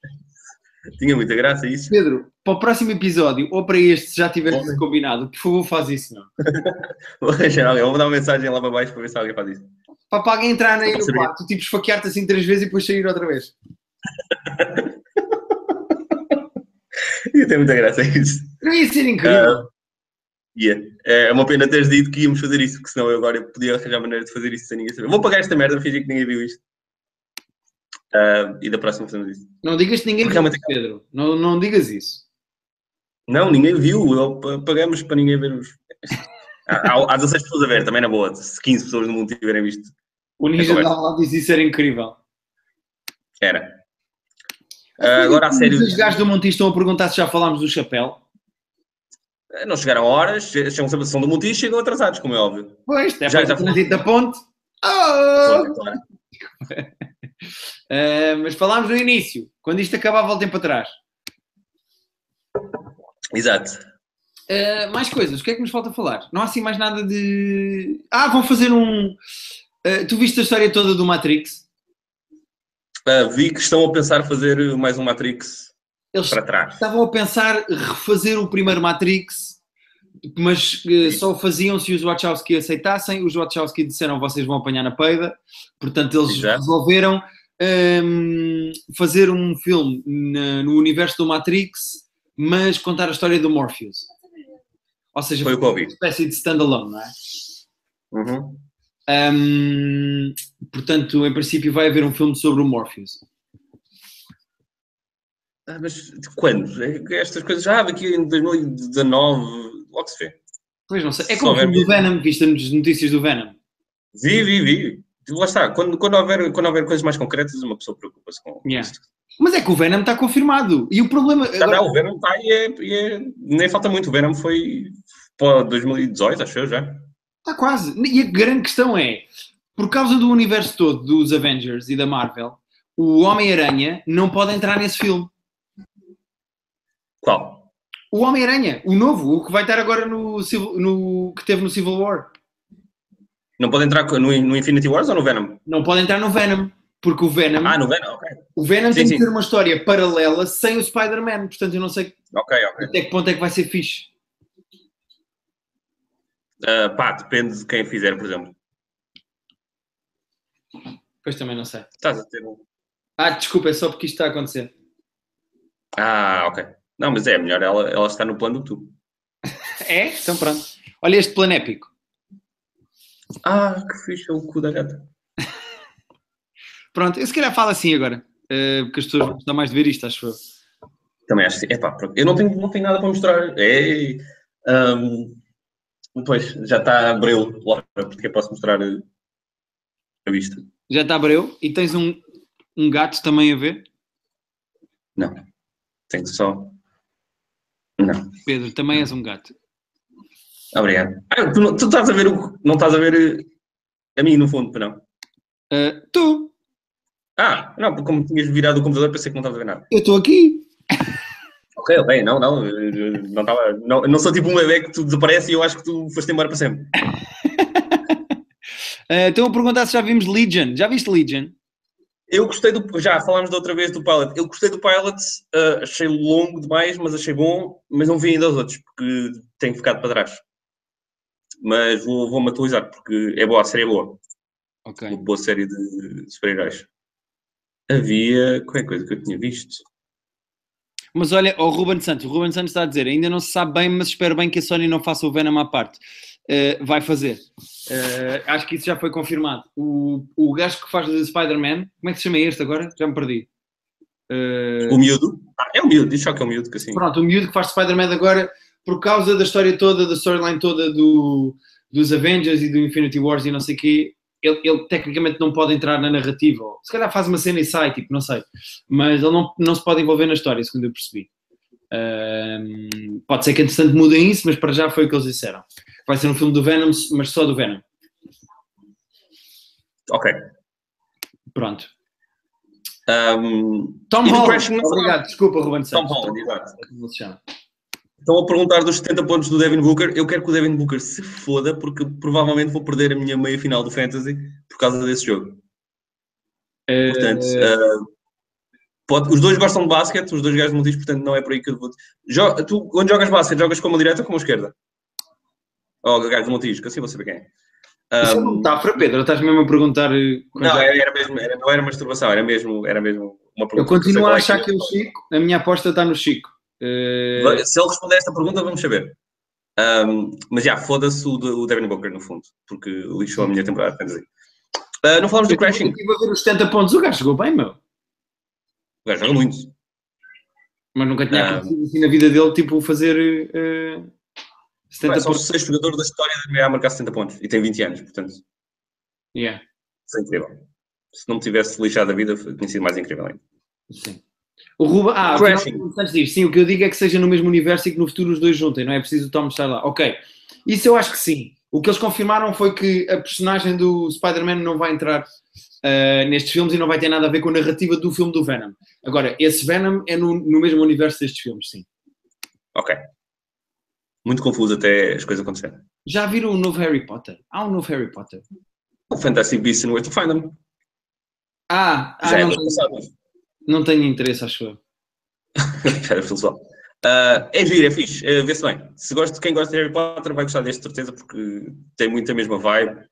Speaker 2: Tinha muita graça isso.
Speaker 1: Pedro, para o próximo episódio, ou para este, se já tivermos combinado, por favor, faz isso, não.
Speaker 2: Vou arranjar alguém, vou mandar uma mensagem lá para baixo para ver se alguém faz isso.
Speaker 1: Para, para alguém entrar aí no
Speaker 2: Sabia.
Speaker 1: quarto, tipo, esfaquear-te assim três vezes e depois sair outra vez.
Speaker 2: Ia ter muita graça isso.
Speaker 1: Não ia ser incrível.
Speaker 2: Ah, ia. É uma pena teres dito que íamos fazer isso, porque senão eu agora podia arranjar maneira de fazer isso sem ninguém saber. Vou pagar esta merda, fingir que ninguém viu isto. Ah, e da próxima fazemos isso.
Speaker 1: não digas que ninguém
Speaker 2: realmente-
Speaker 1: Pedro. Não, não digas isso.
Speaker 2: Não, ninguém viu. eu- pa- Pagamos para ninguém ver os. Há, há- há 16 pessoas a ver, também na boa. Se 15 pessoas no mundo tiverem visto,
Speaker 1: O Ninja
Speaker 2: conversa.
Speaker 1: da lá diz isso era incrível.
Speaker 2: era. Ah, agora, a sério,
Speaker 1: Os gajos do Montijo estão a perguntar se já falámos do chapéu.
Speaker 2: ah, não chegaram a horas, che- chegam sempre a sessão do Montijo e chegam atrasados, como é óbvio.
Speaker 1: Pois, é
Speaker 2: Já-
Speaker 1: para
Speaker 2: já
Speaker 1: o trânsito da ponte. Oh!
Speaker 2: Claro, claro.
Speaker 1: Ah, mas falámos no início. Quando isto um acabar, voltem para trás.
Speaker 2: Exato.
Speaker 1: Uh, mais coisas, o que é que nos falta falar? Não há assim mais nada de. Ah, vão fazer um. Uh, tu viste a história toda do Matrix?
Speaker 2: Ah, vi que estão a pensar fazer mais um Matrix
Speaker 1: Eles
Speaker 2: para trás.
Speaker 1: estavam a pensar refazer o primeiro Matrix, mas uh, só o faziam se os Wachowski aceitassem. Os Wachowski disseram vocês vão apanhar na peida, portanto eles
Speaker 2: Exato.
Speaker 1: resolveram um, fazer um filme na- no universo do Matrix, mas contar a história do Morpheus. Ou seja,
Speaker 2: Foi o que eu ouvi.
Speaker 1: uma espécie de standalone, não é?
Speaker 2: Uhum.
Speaker 1: Hum, portanto, em princípio, vai haver um filme sobre o Morpheus.
Speaker 2: Ah, mas de quando? É que Estas coisas já ah, aqui em 2019, logo se vê.
Speaker 1: Pois não sei. É
Speaker 2: Se
Speaker 1: como o
Speaker 2: houver
Speaker 1: filme do Venom, viste nas notícias do Venom.
Speaker 2: Vi, vi, vi. Lá está, quando, quando, houver, quando houver coisas mais concretas, uma pessoa preocupa-se com com
Speaker 1: Yeah.
Speaker 2: isto.
Speaker 1: Mas é que o Venom está confirmado. E o problema.
Speaker 2: Já
Speaker 1: agora-
Speaker 2: dá, o Venom está e, é, e é- nem falta muito. O Venom foi para 2018, acho eu já.
Speaker 1: Está quase. E a grande questão é, por causa do universo todo dos Avengers e da Marvel, o Homem-Aranha não pode entrar nesse filme.
Speaker 2: Qual?
Speaker 1: O Homem-Aranha, o novo, o que vai estar agora no, Civil- no que teve no Civil War,
Speaker 2: Não pode entrar no, no Infinity Wars ou no Venom?
Speaker 1: não pode entrar no Venom, porque o Venom,
Speaker 2: Ah, no Venom, ok.
Speaker 1: o Venom
Speaker 2: sim,
Speaker 1: tem
Speaker 2: sim.
Speaker 1: que ter uma história paralela sem o Spider-Man, portanto eu não sei
Speaker 2: Ok, ok.
Speaker 1: até que ponto é que vai ser fixe.
Speaker 2: Ah, pá, depende de quem fizer, por exemplo.
Speaker 1: Pois também não sei.
Speaker 2: Estás a ter um.
Speaker 1: Ah, desculpa, é só porque isto está a acontecer.
Speaker 2: Ah, ok. Não, mas é melhor ela, ela estar no plano do tu.
Speaker 1: É? Então pronto. Olha este plano épico.
Speaker 2: Ah, que fixe é o cu da gata.
Speaker 1: Pronto, eu se calhar falo assim agora, eh, porque as pessoas vão gostar mais de ver isto, acho eu.
Speaker 2: Também acho que sim. Epá, pronto. Eu não tenho, não tenho nada para mostrar. É. ahm, pois, já está abril, Laura, porque eu posso mostrar eh, a vista.
Speaker 1: Já está abreu e tens um, um gato também a ver.
Speaker 2: Não. Tenho só. Não.
Speaker 1: Pedro, também és um gato.
Speaker 2: Obrigado. Ah, tu, não- tu estás a ver o. Não estás a ver eh, a mim, no fundo, não.
Speaker 1: Ah, tu,
Speaker 2: Ah, não, porque como tinhas virado o computador, pensei que não estavas a ver nada.
Speaker 1: eu estou aqui.
Speaker 2: Ok, ok, não, não. eh, Não, estava, não, não sou tipo um bebê que tu desaparece e eu acho que tu foste embora para sempre.
Speaker 1: Ah, Estão a perguntar se já vimos Legion. Já viste Legion?
Speaker 2: Eu gostei do. Já falámos da outra vez do Pilot. Eu gostei do Pilot, eh, achei longo demais, mas achei bom, mas não vi ainda os outros, porque tenho ficado para trás. Mas vou- vou-me atualizar, porque é boa, a série é boa. Uma
Speaker 1: Ok.
Speaker 2: boa série de super-heróis. Havia. Qual é a coisa que eu tinha visto?
Speaker 1: Mas olha, o Ruben Santos. O Ruben Santos está a dizer, ainda não se sabe bem, mas espero bem que a Sony não faça o Venom à parte. Ah, vai fazer. Ah, acho que isso já foi confirmado. O, o gajo que faz de Spider-Man, como é que se chama este agora? Já me perdi. Ah,
Speaker 2: O miúdo? Ah, é o miúdo, diz só que é o miúdo, que assim.
Speaker 1: Pronto, o miúdo que faz Spider-Man agora, por causa da história toda, da storyline toda do, dos Avengers e do Infinity Wars e não sei o quê, ele, ele tecnicamente não pode entrar na narrativa. Ou, Se calhar faz uma cena e sai, tipo, não sei. Mas ele não, não se pode envolver na história, segundo eu percebi. Ahm, pode ser que entretanto mudem isso, mas para já foi o que eles disseram. Vai ser um filme do Venom, mas só do Venom.
Speaker 2: Ok.
Speaker 1: Pronto.
Speaker 2: Ahm,
Speaker 1: Tom
Speaker 2: E do
Speaker 1: Holland.
Speaker 2: Crash não
Speaker 1: Obrigado, desculpa, Ruben
Speaker 2: Tom
Speaker 1: Santos.
Speaker 2: Holland, exato.
Speaker 1: Como ele se chama.
Speaker 2: Estão a perguntar dos 70 pontos do Devin Booker. Eu quero que o Devin Booker se foda, porque provavelmente vou perder a minha meia final do Fantasy por causa desse jogo. Portanto,
Speaker 1: Eh,
Speaker 2: ah, pode- os dois gostam de basquete, os dois gajos de multis, portanto não é por aí que eu vou. Jo- tu, quando jogas basquete, jogas com uma direita ou com uma esquerda? Ou oh, gajo de multis, que assim vou saber quem é.
Speaker 1: isso é uma
Speaker 2: Ahm,
Speaker 1: metáfora, Pedro. Estás mesmo a perguntar. eh,
Speaker 2: não,
Speaker 1: coisa-
Speaker 2: era, era mesmo, era- não era masturbação, era mesmo, era mesmo uma pergunta.
Speaker 1: Eu continuo
Speaker 2: Não sei qual
Speaker 1: a
Speaker 2: é
Speaker 1: achar que é o Chico, a minha aposta está no Chico. Eh,
Speaker 2: Se ele responder esta pergunta, vamos saber. Ahm, mas já, foda-se o, de- o Devin Booker, no fundo, porque lixou a minha temporada de fantasy. Ah, não falamos
Speaker 1: eu
Speaker 2: do Crashing.
Speaker 1: estive a ver os 70 pontos, o gajo jogou bem, meu.
Speaker 2: O gajo joga muito.
Speaker 1: Mas nunca tinha
Speaker 2: Ah.
Speaker 1: acontecido assim na vida dele, tipo, fazer eh, 70
Speaker 2: É só o
Speaker 1: pontos.
Speaker 2: sexto jogador da história da NBA a marcar 70 pontos. E tem 20 anos, portanto, isso
Speaker 1: Yeah,
Speaker 2: é incrível. Se não me tivesse lixado a vida, tinha sido mais incrível ainda.
Speaker 1: sim. O Ruba, ah, afinal,
Speaker 2: Crashing.
Speaker 1: o Santos diz, sim, o que eu digo é que seja no mesmo universo e que no futuro os dois juntem, não é preciso o Tom estar lá. Ok, isso eu acho que sim. O que eles confirmaram foi que a personagem do Spider-Man não vai entrar eh, nestes filmes e não vai ter nada a ver com a narrativa do filme do Venom. Agora, esse Venom é no- no mesmo universo destes filmes, sim.
Speaker 2: Ok. Muito confuso até as coisas acontecerem.
Speaker 1: Já viram o novo Harry Potter? Há um novo Harry Potter.
Speaker 2: O Fantastic Beasts and Where to Find Them.
Speaker 1: Ah, ah,
Speaker 2: já é
Speaker 1: não,
Speaker 2: do ano
Speaker 1: tenho,
Speaker 2: passado. mas-
Speaker 1: não tenho interesse, acho eu.
Speaker 2: já era filosofal. Ah, é giro, é fixe. eh, Vê-se bem. Se gosta, quem gosta de Harry Potter vai gostar deste, de certeza, porque tem muito a mesma vibe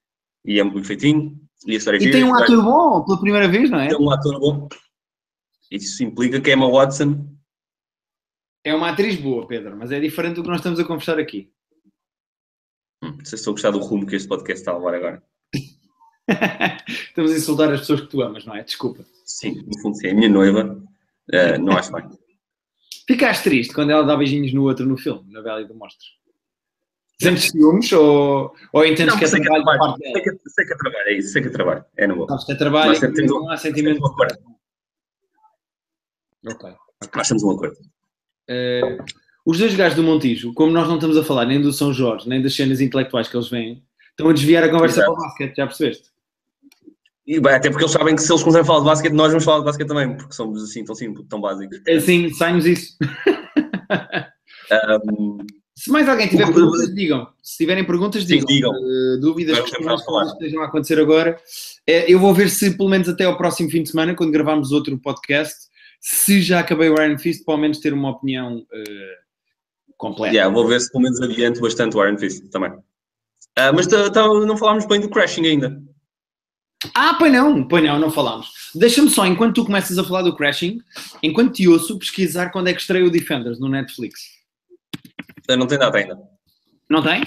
Speaker 2: e é muito feitinho. E a história é
Speaker 1: E
Speaker 2: gira,
Speaker 1: tem um
Speaker 2: vai-
Speaker 1: ator bom pela primeira vez, não é?
Speaker 2: Tem um ator bom. Isso implica que é Emma Watson
Speaker 1: É uma atriz boa, Pedro, mas é diferente do que nós estamos a conversar aqui.
Speaker 2: Hum, Não sei se estou a gostar do rumo que este podcast está a levar agora.
Speaker 1: estamos a insultar as pessoas que tu amas, não é? Desculpa.
Speaker 2: Sim, no fundo, sim, é a minha noiva. Ah, não acho bem.
Speaker 1: Ficaste triste quando ela dá beijinhos no outro no filme, na Bela e do Monstro. Sentes ciúmes ou, ou entendes
Speaker 2: Não,
Speaker 1: que é
Speaker 2: sei que é
Speaker 1: trabalho da
Speaker 2: trabalho.
Speaker 1: parte dela?
Speaker 2: Sei que, sei que é trabalho, é isso, sei que é trabalho. É na boa.
Speaker 1: Sabes que é trabalho
Speaker 2: Nós
Speaker 1: e
Speaker 2: temos-
Speaker 1: não há sentimento.
Speaker 2: temos um acordo.
Speaker 1: Ok.
Speaker 2: Achamos um acordo.
Speaker 1: Eh, os dois gajos do Montijo, como nós não estamos a falar nem do São Jorge, nem das cenas intelectuais que eles vêm, estão a desviar a conversa
Speaker 2: Exato.
Speaker 1: para o basquete, já percebeste?
Speaker 2: E bem, até porque eles sabem que se eles começarem a falar de basquete, nós vamos falar de basquete também, porque somos assim tão simples, tão básicos.
Speaker 1: Assim, saímos isso.
Speaker 2: Um,
Speaker 1: Se mais alguém tiver
Speaker 2: O que-
Speaker 1: perguntas, digam. Se tiverem perguntas,
Speaker 2: Sim,
Speaker 1: digam.
Speaker 2: digam.
Speaker 1: Eh, dúvidas,
Speaker 2: Vamos
Speaker 1: questões,
Speaker 2: tentar falar.
Speaker 1: coisas que estejam a acontecer agora. Eh, eu vou ver se, pelo menos até ao próximo fim de semana, quando gravarmos outro podcast, se já acabei o Iron Fist, para ao menos ter uma opinião eh, completa.
Speaker 2: yeah, vou ver se pelo menos adianto bastante o Iron Fist também. Ah, mas tá- tá- não falámos bem do Crashing ainda.
Speaker 1: Ah, pois não, pois não, não falámos. Deixa-me só, enquanto tu começas a falar do Crashing, enquanto te ouço, pesquisar quando é que estreia o Defenders no Netflix.
Speaker 2: Ah, Não tem data ainda.
Speaker 1: Não tem?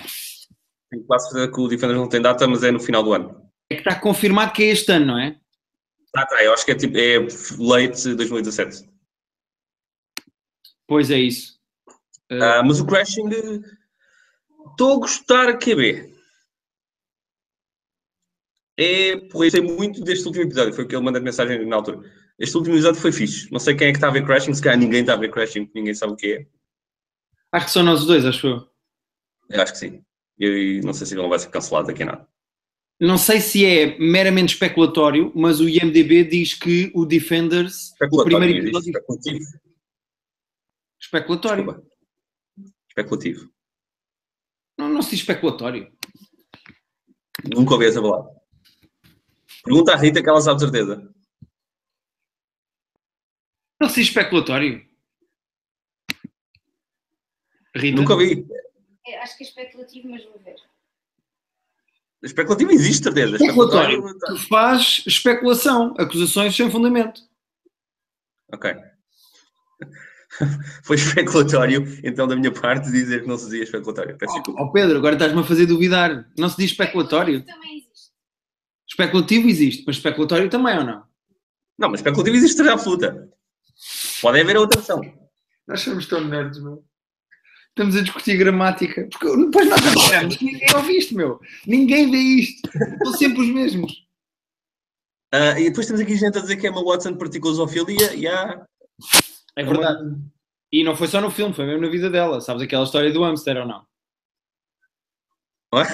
Speaker 2: Tenho quase certeza que o Defenders não tem data, mas é no final do ano.
Speaker 1: É que está confirmado que é este ano, não é?
Speaker 2: Ah, tá, eu acho que é tipo é late 2017.
Speaker 1: Pois é isso.
Speaker 2: Ah, mas o Crashing estou a gostar QB. É, porra, gostei muito deste último episódio, foi o que ele mandou mensagem na altura. Este último episódio foi fixe. Não sei quem é que está a ver Crashing, se calhar ninguém está a ver Crashing, porque ninguém sabe o que é.
Speaker 1: Acho que são nós dois, acho eu.
Speaker 2: Eu acho que sim. E não sei se ele não vai ser cancelado daqui a nada.
Speaker 1: Não sei se é meramente especulatório, mas o IMDB diz que o Defenders.
Speaker 2: Especulatório,
Speaker 1: primeiro
Speaker 2: diz,
Speaker 1: episódio-
Speaker 2: especulativo.
Speaker 1: Especulatório.
Speaker 2: Desculpa. Especulativo.
Speaker 1: Não, não se diz especulatório.
Speaker 2: Nunca ouvi essa palavra. Pergunta à Rita que ela sabe de certeza.
Speaker 1: Não se diz especulatório. Rita?
Speaker 2: Nunca ouvi.
Speaker 3: É, acho que é especulativo, mas vou ver.
Speaker 2: Especulativo existe, certeza.
Speaker 1: Especulatório. Tu faz especulação, acusações sem fundamento.
Speaker 2: Ok. Foi especulatório, então, da minha parte, dizer que não se dizia especulatório. Peço desculpa.
Speaker 1: Ó ó, Pedro, agora estás-me a fazer duvidar. Não se diz especulatório.
Speaker 3: Também existe.
Speaker 1: Especulativo existe, mas especulatório também ou não?
Speaker 2: Não, mas especulativo existe certeza absoluta. Pode haver outra opção.
Speaker 1: Nós somos tão nerds, meu. Estamos a discutir gramática. Porque depois nós acabamos. Ninguém ouve isto, meu. Ninguém vê isto. São sempre os mesmos.
Speaker 2: Ah, e depois temos aqui gente a dizer que Emma Watson praticou zoofilia e há...
Speaker 1: É verdade. E não foi só no filme, foi mesmo na vida dela. Sabes aquela história do hamster ou não?
Speaker 2: Ué?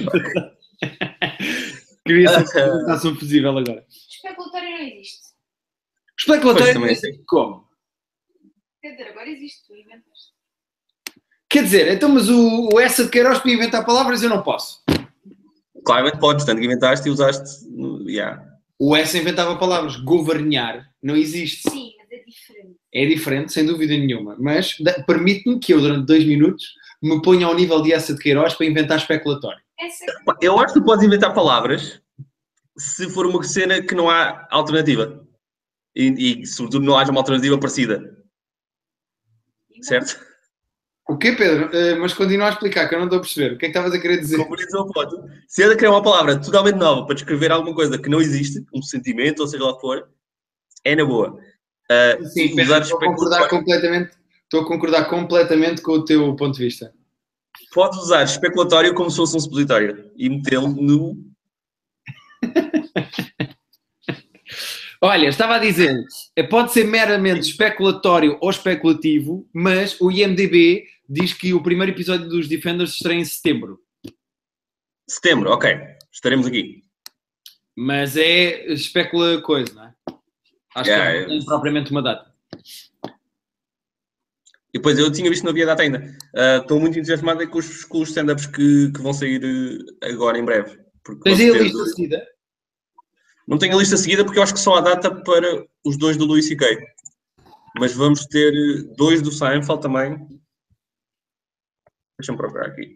Speaker 1: Queria saber se perguntasse um fusível agora.
Speaker 3: Especulatório não existe.
Speaker 2: Pois,
Speaker 1: Especulatório
Speaker 2: também
Speaker 1: não existe como?
Speaker 3: Quer dizer, agora existe, tu inventas.
Speaker 1: Quer dizer, então, mas o, o essa de Queiroz para inventar palavras eu não posso.
Speaker 2: Claramente podes, tanto que inventaste e usaste... no- Yeah.
Speaker 1: O essa inventava palavras. Governar não existe.
Speaker 3: Sim, mas é diferente.
Speaker 1: É diferente, sem dúvida nenhuma. Mas da- permite-me que eu, durante dois minutos, me ponha ao nível de essa de Queiroz para inventar especulatório.
Speaker 3: Essa é
Speaker 2: Pá, Eu acho que tu podes inventar palavras se for uma cena que não há alternativa. E, e sobretudo, não haja uma alternativa parecida, certo?
Speaker 1: O quê, Pedro? Eh, mas continua a explicar, que eu não estou a perceber. O que é que estavas a querer dizer?
Speaker 2: Comunismo é um ponto. Se ela criar uma palavra totalmente nova para descrever alguma coisa que não existe, um sentimento, ou seja lá o que for, é na boa. Ah,
Speaker 1: Sim,
Speaker 2: e
Speaker 1: Pedro,
Speaker 2: usar
Speaker 1: estou a concordar
Speaker 2: especulatório-
Speaker 1: completamente. Estou a concordar completamente com o teu ponto de vista.
Speaker 2: Podes usar especulatório como se fosse um supositório e metê-lo no.
Speaker 1: Olha, estava a dizer, eh, pode ser meramente especulatório ou especulativo, mas o IMDB diz que o primeiro episódio dos Defenders estreia em setembro.
Speaker 2: Setembro, ok. Estaremos aqui.
Speaker 1: Mas é especula coisa, não é? Acho
Speaker 2: Yeah,
Speaker 1: que não tem propriamente uma data.
Speaker 2: E depois eu tinha visto que não havia data ainda. Ah, Estou muito entusiasmado é com os, com os stand-ups que, que vão sair eh, agora em breve. Porque,
Speaker 1: Tens
Speaker 2: com
Speaker 1: aí a
Speaker 2: certeza-
Speaker 1: lista seguida?
Speaker 2: Não tenho a lista seguida porque eu acho que só há data para os dois do Luís e Kay. Mas vamos ter eh, dois do Seinfeld também. Deixa-me procurar aqui.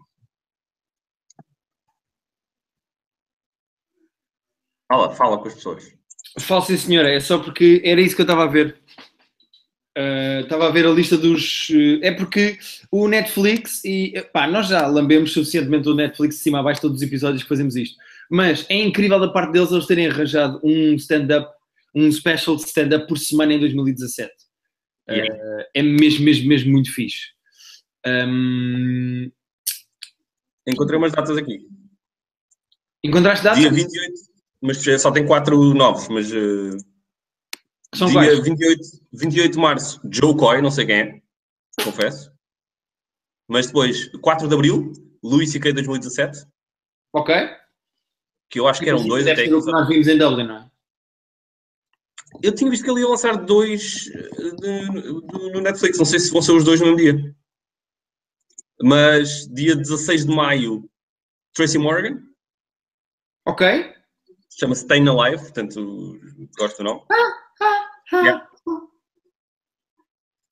Speaker 2: Fala, fala com as pessoas.
Speaker 1: Falo sim, senhora, é só porque era isso que eu estava a ver. Ah, Estava a ver a lista dos. eh, é porque o Netflix e. Pá, nós já lambemos suficientemente o Netflix de cima a baixo todos os episódios que fazemos isto. Mas é incrível da parte deles eles terem arranjado um stand-up, um special de stand-up por semana em 2017. Ah,
Speaker 2: Yeah.
Speaker 1: é mesmo, mesmo, mesmo muito fixe. Ahm,
Speaker 2: Encontrei umas datas aqui.
Speaker 1: encontraste datas?
Speaker 2: Dia 28, mas eh, só tem quatro novos, mas eh,
Speaker 1: São
Speaker 2: Dia
Speaker 1: quais?
Speaker 2: 28, 28 de março, Joe Coy, não sei quem é, confesso. Mas depois, 4 de abril, Louis C.K. 2017,
Speaker 1: Ok?
Speaker 2: que eu acho que eram dois
Speaker 1: Deve
Speaker 2: até.
Speaker 1: ser o que nós vimos em Dublin, não é?
Speaker 2: Eu tinha visto que ele ia lançar dois eh, de- no- no Netflix, não sei se vão ser os dois no mesmo dia. Mas dia 16 de maio, Tracy Morgan,
Speaker 1: Ok?
Speaker 2: chama-se Staying Alive, portanto, gosto ou não.
Speaker 3: Ah,
Speaker 2: Yeah.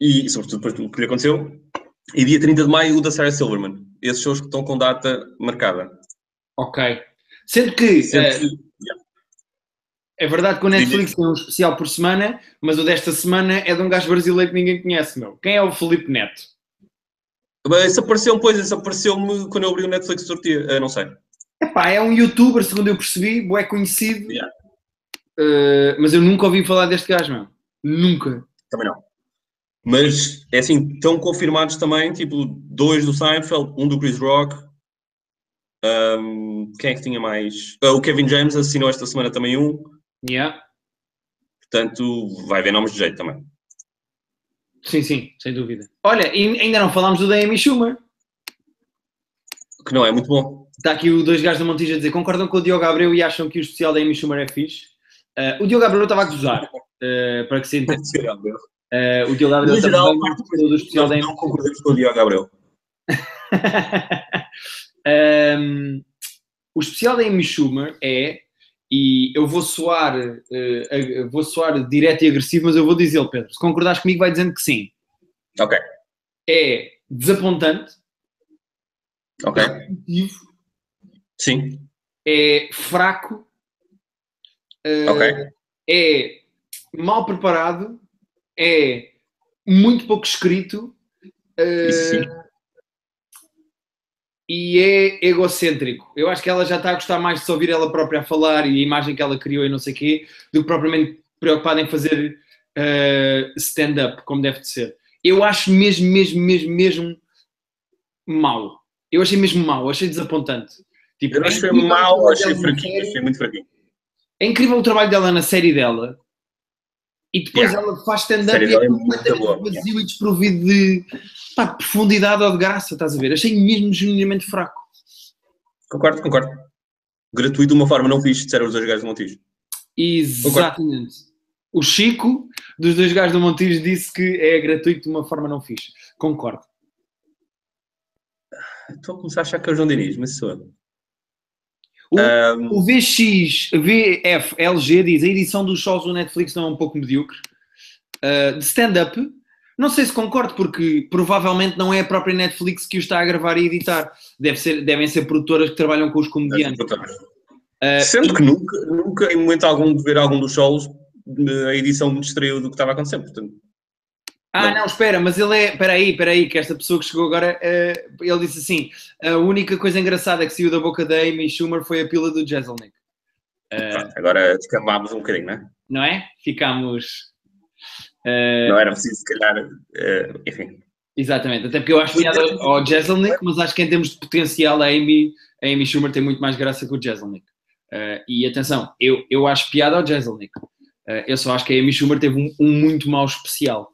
Speaker 2: E, sobretudo, depois do que lhe aconteceu. E dia 30 de maio, o da Sarah Silverman. Esses shows que estão com data marcada.
Speaker 1: Ok. Sendo que
Speaker 2: Sendo
Speaker 1: eh,
Speaker 2: que-
Speaker 1: é, verdade que o Netflix tem um especial por semana, mas o desta semana é de um gajo brasileiro que ninguém conhece, meu. Quem é o Felipe Neto?
Speaker 2: Bem, Isso apareceu, eh, pois, isso apareceu-me quando eu abri o Netflix sortia. Ah, não sei.
Speaker 1: Epá, é um youtuber, segundo eu percebi, é conhecido.
Speaker 2: Yeah.
Speaker 1: Eh, mas eu nunca ouvi falar deste gajo, meu. Nunca.
Speaker 2: Também não. Mas, é assim, estão confirmados também, tipo, dois do Seinfeld, um do Chris Rock. Ahm, quem é que tinha mais? Ah, o Kevin James assinou esta semana também um.
Speaker 1: Yeah.
Speaker 2: Portanto, vai haver nomes de jeito também.
Speaker 1: Sim, sim, sem dúvida. Olha, e ainda não falámos do da Amy Schumer.
Speaker 2: Que não é muito bom.
Speaker 1: Está aqui o dois gajos da Montijo a dizer concordam com o Diogo Abreu e acham que o especial da Amy Schumer é fixe. Eh, o Diogo Abreu estava a gozar, eh, para que se entenda. Eh, o Diogo Abreu
Speaker 2: No
Speaker 1: estava
Speaker 2: geral,
Speaker 1: a
Speaker 2: parte
Speaker 1: do especial da Amy
Speaker 2: não concordamos com o Diogo Gabriel.
Speaker 1: Um, o especial da Amy Schumer é, e eu vou soar, eh, ag- vou soar direto e agressivo, mas eu vou dizê-lo, Pedro. Se concordares comigo, vai dizendo que sim.
Speaker 2: Ok.
Speaker 1: É desapontante,
Speaker 2: Ok.
Speaker 1: repetitivo,
Speaker 2: Sim.
Speaker 1: é fraco, eh,
Speaker 2: Ok.
Speaker 1: é mal preparado, é muito pouco escrito. eh,
Speaker 2: Isso sim.
Speaker 1: e é egocêntrico. Eu acho que ela já está a gostar mais de se ouvir ela própria a falar e a imagem que ela criou e não sei o quê, do que propriamente preocupada em fazer eh, stand-up, como deve de ser. Eu acho mesmo, mesmo, mesmo, mesmo mau. Eu achei mesmo mau, achei desapontante. Tipo,
Speaker 2: Eu
Speaker 1: é
Speaker 2: achei
Speaker 1: incrível o
Speaker 2: mal,
Speaker 1: trabalho
Speaker 2: achei
Speaker 1: dela na
Speaker 2: fraquinho,
Speaker 1: série.
Speaker 2: achei muito fraquinho.
Speaker 1: É incrível o trabalho dela na série dela. E depois ela faz
Speaker 2: A
Speaker 1: stand-up
Speaker 2: série
Speaker 1: e é
Speaker 2: dela é muito
Speaker 1: completamente
Speaker 2: boa,
Speaker 1: vazio e desprovido de, pá, de profundidade ou de graça, estás a ver? Achei mesmo genuinamente fraco.
Speaker 2: Concordo, concordo. Gratuito de uma forma não fixe, disseram os dois gajos do Montijo.
Speaker 1: Exatamente. O Chico, dos dois gajos do Montijo, disse que é gratuito de uma forma não fixe. Concordo.
Speaker 2: Estou a começar a achar que é o João Diniz, mas sou eu.
Speaker 1: O-
Speaker 2: Ahm,
Speaker 1: O VX, VFLG diz a edição dos shows do Netflix não é um pouco medíocre. Uh, de stand-up, não sei se concordo, porque provavelmente não é a própria Netflix que o está a gravar e editar. Deve ser, devem ser produtoras que trabalham com os comediantes. Ah,
Speaker 2: Sendo que nunca, nunca, em momento algum de ver algum dos shows, a edição me distraiu do que estava acontecendo. Portanto,
Speaker 1: Ah,
Speaker 2: Não.
Speaker 1: não, espera, mas ele é. Espera aí, espera aí, que esta pessoa que chegou agora, eh, ele disse assim: a única coisa engraçada que saiu da boca da Amy Schumer foi a pila do Jezelnik. Ah.
Speaker 2: pronto, agora descambámos um bocadinho, não é?
Speaker 1: Não é? Ficámos. eh,
Speaker 2: Não era preciso, se calhar, eh, enfim.
Speaker 1: Exatamente, até porque eu acho piada ao Jezelnik, mas acho que em termos de potencial a Amy, a Amy Schumer tem muito mais graça que o Jezelnik. Eh, e atenção, eu, eu acho piada ao Jezelnik. Eh, eu só acho que a Amy Schumer teve um, um muito mau especial.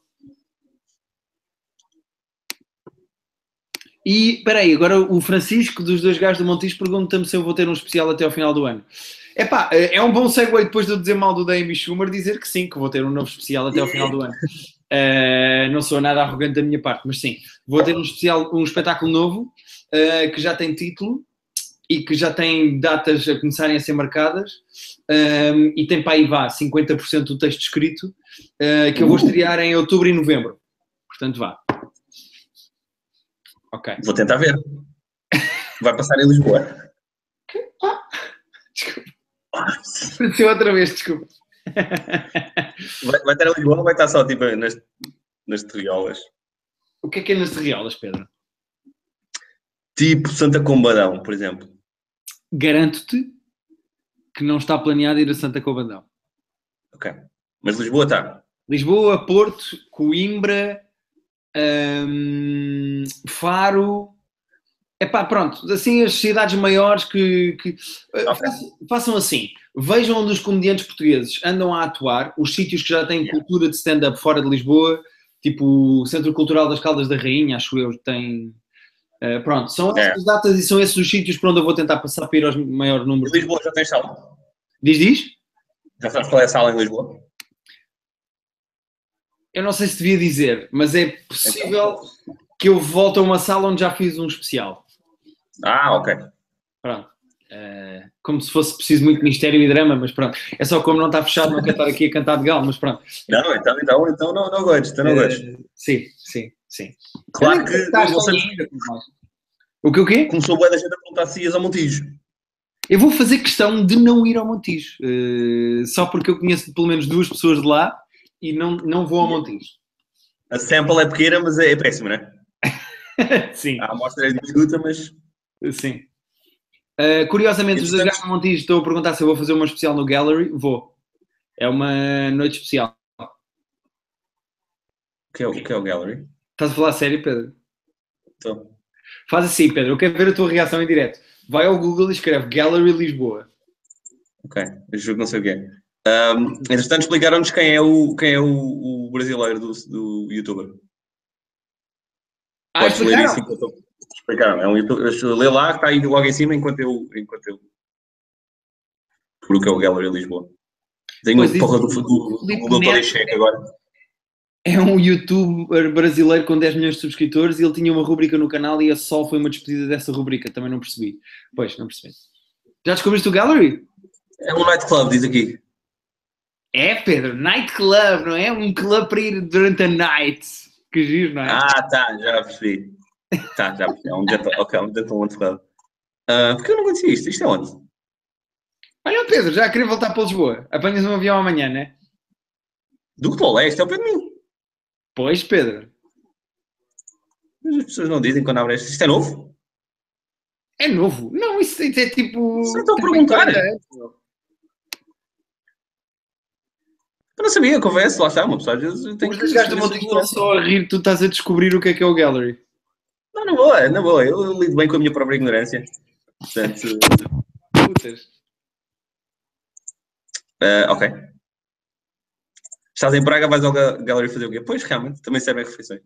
Speaker 1: E, espera aí, agora o Francisco dos dois gajos do Montijo pergunta-me se eu vou ter um especial até ao final do ano. Epá, eh, é um bom segue depois de eu dizer mal do da Amy Schumer dizer que sim, que vou ter um novo especial até ao final do ano. Uh, não sou nada arrogante da minha parte, mas sim, vou ter um, especial, um espetáculo novo uh, que já tem título e que já tem datas a começarem a ser marcadas um, e tem para aí vá 50% do texto escrito uh, que eu vou estrear em outubro e novembro. Portanto, vá. Ok,
Speaker 2: Vou tentar ver. Vai passar em Lisboa.
Speaker 1: apareceu outra vez, desculpa.
Speaker 2: Vai, vai estar em Lisboa ou vai estar só, tipo, nas, nas triolas?
Speaker 1: O que é que é nas Reolas, Pedro?
Speaker 2: Tipo Santa Combadão, por exemplo.
Speaker 1: Garanto-te que não está planeado ir a Santa Cobandão.
Speaker 2: Ok. Mas Lisboa tá. está.
Speaker 1: Lisboa, Porto, Coimbra, hum, Faro. Epá, pronto, assim as cidades maiores que. que-
Speaker 2: Ok.
Speaker 1: Façam- Façam assim. Vejam onde os comediantes portugueses andam a atuar, os sítios que já têm cultura de stand-up fora de Lisboa, tipo o Centro Cultural das Caldas da Rainha, acho eu, tem. eh, pronto, são
Speaker 2: É.
Speaker 1: essas datas e são esses os sítios para onde eu vou tentar passar para ir aos maior número.
Speaker 2: Em Lisboa já tens sala?
Speaker 1: Diz, diz?
Speaker 2: Já sabes qual é a sala em Lisboa?
Speaker 1: Eu não sei se devia dizer, mas é possível
Speaker 2: Então,
Speaker 1: que eu volte a uma sala onde já fiz um especial.
Speaker 2: Ah, ok.
Speaker 1: Pronto. Eh, como se fosse preciso muito mistério e drama, mas pronto. É só como não está fechado, não quero estar aqui a cantar de galo, mas pronto.
Speaker 2: Não, então, então, então não, não gosto, então não
Speaker 1: Eh,
Speaker 2: gosto.
Speaker 1: Sim, sim, sim.
Speaker 2: Claro que
Speaker 1: Eu nem sei se estás
Speaker 2: não sabes-
Speaker 1: bem ainda, mas- O que o quê?
Speaker 2: começou a boa da gente a perguntar se ias ao Montijo.
Speaker 1: Eu vou fazer questão de não ir ao Montijo, eh, só porque eu conheço pelo menos duas pessoas de lá e não, não vou ao Montijo.
Speaker 2: A sample é pequena, mas é, é péssima, né?
Speaker 1: sim,
Speaker 2: A amostra é diminuta, mas
Speaker 1: sim. Eh, curiosamente, os dois
Speaker 2: Entretanto-
Speaker 1: gajos do Montijo estão a perguntar se eu vou fazer uma especial no Gallery. Vou. É uma noite especial.
Speaker 2: o que é o, o que é o gallery?
Speaker 1: Estás a falar sério, Pedro?
Speaker 2: Então,
Speaker 1: Faz assim, Pedro, eu quero ver a tua reação em direto. Vai ao Google e escreve Gallery Lisboa.
Speaker 2: ok, eu juro que não sei o que é. Ahm, entretanto, explicaram-nos quem é o, quem é o, o brasileiro do, do youtuber.
Speaker 1: Ah,
Speaker 2: Podes ler
Speaker 1: explicaram?
Speaker 2: isso enquanto eu... Explicaram, é um youtuber. Lê lá, que está aí logo em cima, enquanto eu... Enquanto eu... Por o que é o gallery Lisboa. Tenho
Speaker 1: Pois
Speaker 2: uma
Speaker 1: isso,
Speaker 2: porra do, do, do,
Speaker 1: Filipe
Speaker 2: do Doutor
Speaker 1: Neto.
Speaker 2: Enxeque agora.
Speaker 1: É um youtuber brasileiro com 10 milhões de subscritores e ele tinha uma rubrica no canal e a Sol foi uma despedida dessa rubrica. Também não percebi. Pois, não percebi. Já descobriste o Gallery?
Speaker 2: É um nightclub, diz aqui.
Speaker 1: É, Pedro, nightclub, não é? Um club para ir durante a night. Que giro, não é?
Speaker 2: Ah, tá, já percebi. Tá, já percebi. É um dental, ok, é um dental nightclub. Ah, porque eu não conhecia isto? Isto é onde?
Speaker 1: Olha, Pedro, já queria voltar para Lisboa. Apanhas um avião amanhã, né?
Speaker 2: Do que leste, é o pé de mim.
Speaker 1: Pois, Pedro.
Speaker 2: Mas as pessoas não dizem quando abrem isto. Isto é novo?
Speaker 1: É novo. Não, isso, isso é tipo. é,
Speaker 2: Só estou a perguntar. Eu não sabia, converso, lá está, uma pessoa às vezes tem
Speaker 1: Os dois gajos do Montijo estão só a rir, tu estás a descobrir o que é que é o Gallery.
Speaker 2: Não, na boa, na boa, eu, eu lido bem com a minha própria ignorância. Portanto,
Speaker 1: Putas.
Speaker 2: ah, ok. Estás em Praga, vais ao ga- Gallery fazer o quê? Pois, realmente, também servem refeições.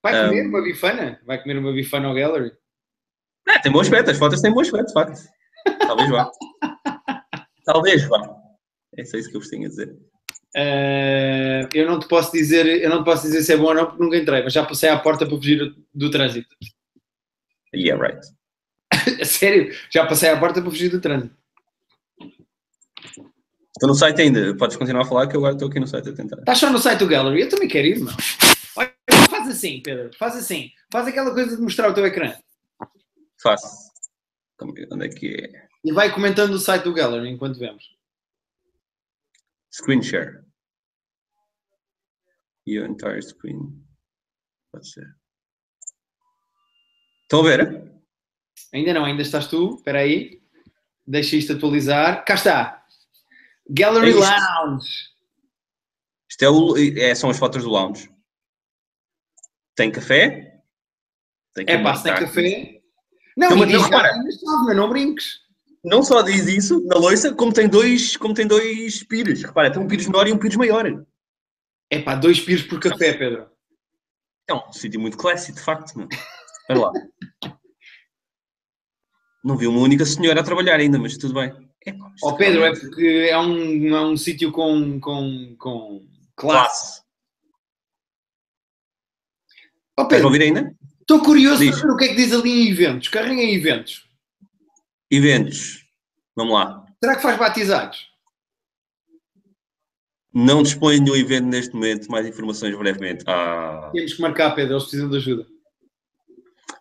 Speaker 1: Vai comer
Speaker 2: Um,
Speaker 1: uma bifana? Vai comer uma bifana ao Gallery?
Speaker 2: Ah, tem bom aspecto, as fotos têm bom aspecto, de facto. Talvez vá. Talvez vá. É só isso que eu vos tenho a dizer.
Speaker 1: Ah, eu não te posso dizer, eu não te posso dizer se é bom ou não porque nunca entrei, mas já passei à porta para fugir do trânsito.
Speaker 2: Yeah, right.
Speaker 1: A Sério, já passei à porta para fugir do trânsito.
Speaker 2: Estou no site ainda, podes continuar a falar que eu agora estou aqui no site a tentar.
Speaker 1: Estás só no site do Gallery? Eu também quero ir, mano. Olha, faz assim, Pedro, faz assim. Faz aquela coisa de mostrar o teu ecrã.
Speaker 2: Faço. Como- Onde é que é?
Speaker 1: E vai comentando o site do Gallery enquanto vemos.
Speaker 2: Screen share. Your entire screen. Pode ser. Estão a ver?
Speaker 1: Ainda não, ainda estás tu. Espera aí. Deixa isto atualizar. Cá está. Gallery
Speaker 2: É isto.
Speaker 1: Lounge.
Speaker 2: Isto é o, é- são as fotos do lounge. Tem café? Tem
Speaker 1: É pá,
Speaker 2: uma
Speaker 1: se tem
Speaker 2: tarde.
Speaker 1: café. Não,
Speaker 2: Então,
Speaker 1: e
Speaker 2: mas
Speaker 1: diz
Speaker 2: não, repara.
Speaker 1: Gallery, mas sabe, não brinques.
Speaker 2: Não só diz isso na loiça, como tem dois, como tem dois pires. Repara, tem um pires menor e um pires maior. É
Speaker 1: É pá, dois pires por café, Pedro.
Speaker 2: um sítio muito clássico, de facto. Mano. Espera lá. Não vi uma única senhora a trabalhar ainda, mas tudo bem. É, pá, isto
Speaker 1: Ó Pedro, é
Speaker 2: realmente-
Speaker 1: porque é um, é um sítio com, com, com classe.
Speaker 2: classe.
Speaker 1: Ó
Speaker 2: Estás a
Speaker 1: Pedro,
Speaker 2: ouvir ainda?
Speaker 1: estou curioso para
Speaker 2: Diz.
Speaker 1: ver o que é que diz ali em eventos. Carrinha em eventos.
Speaker 2: Eventos. Vamos lá.
Speaker 1: Será que faz batizados?
Speaker 2: Não dispõe de nenhum evento neste momento. Mais informações brevemente. Ah.
Speaker 1: Temos que marcar, Pedro, eles precisam de ajuda.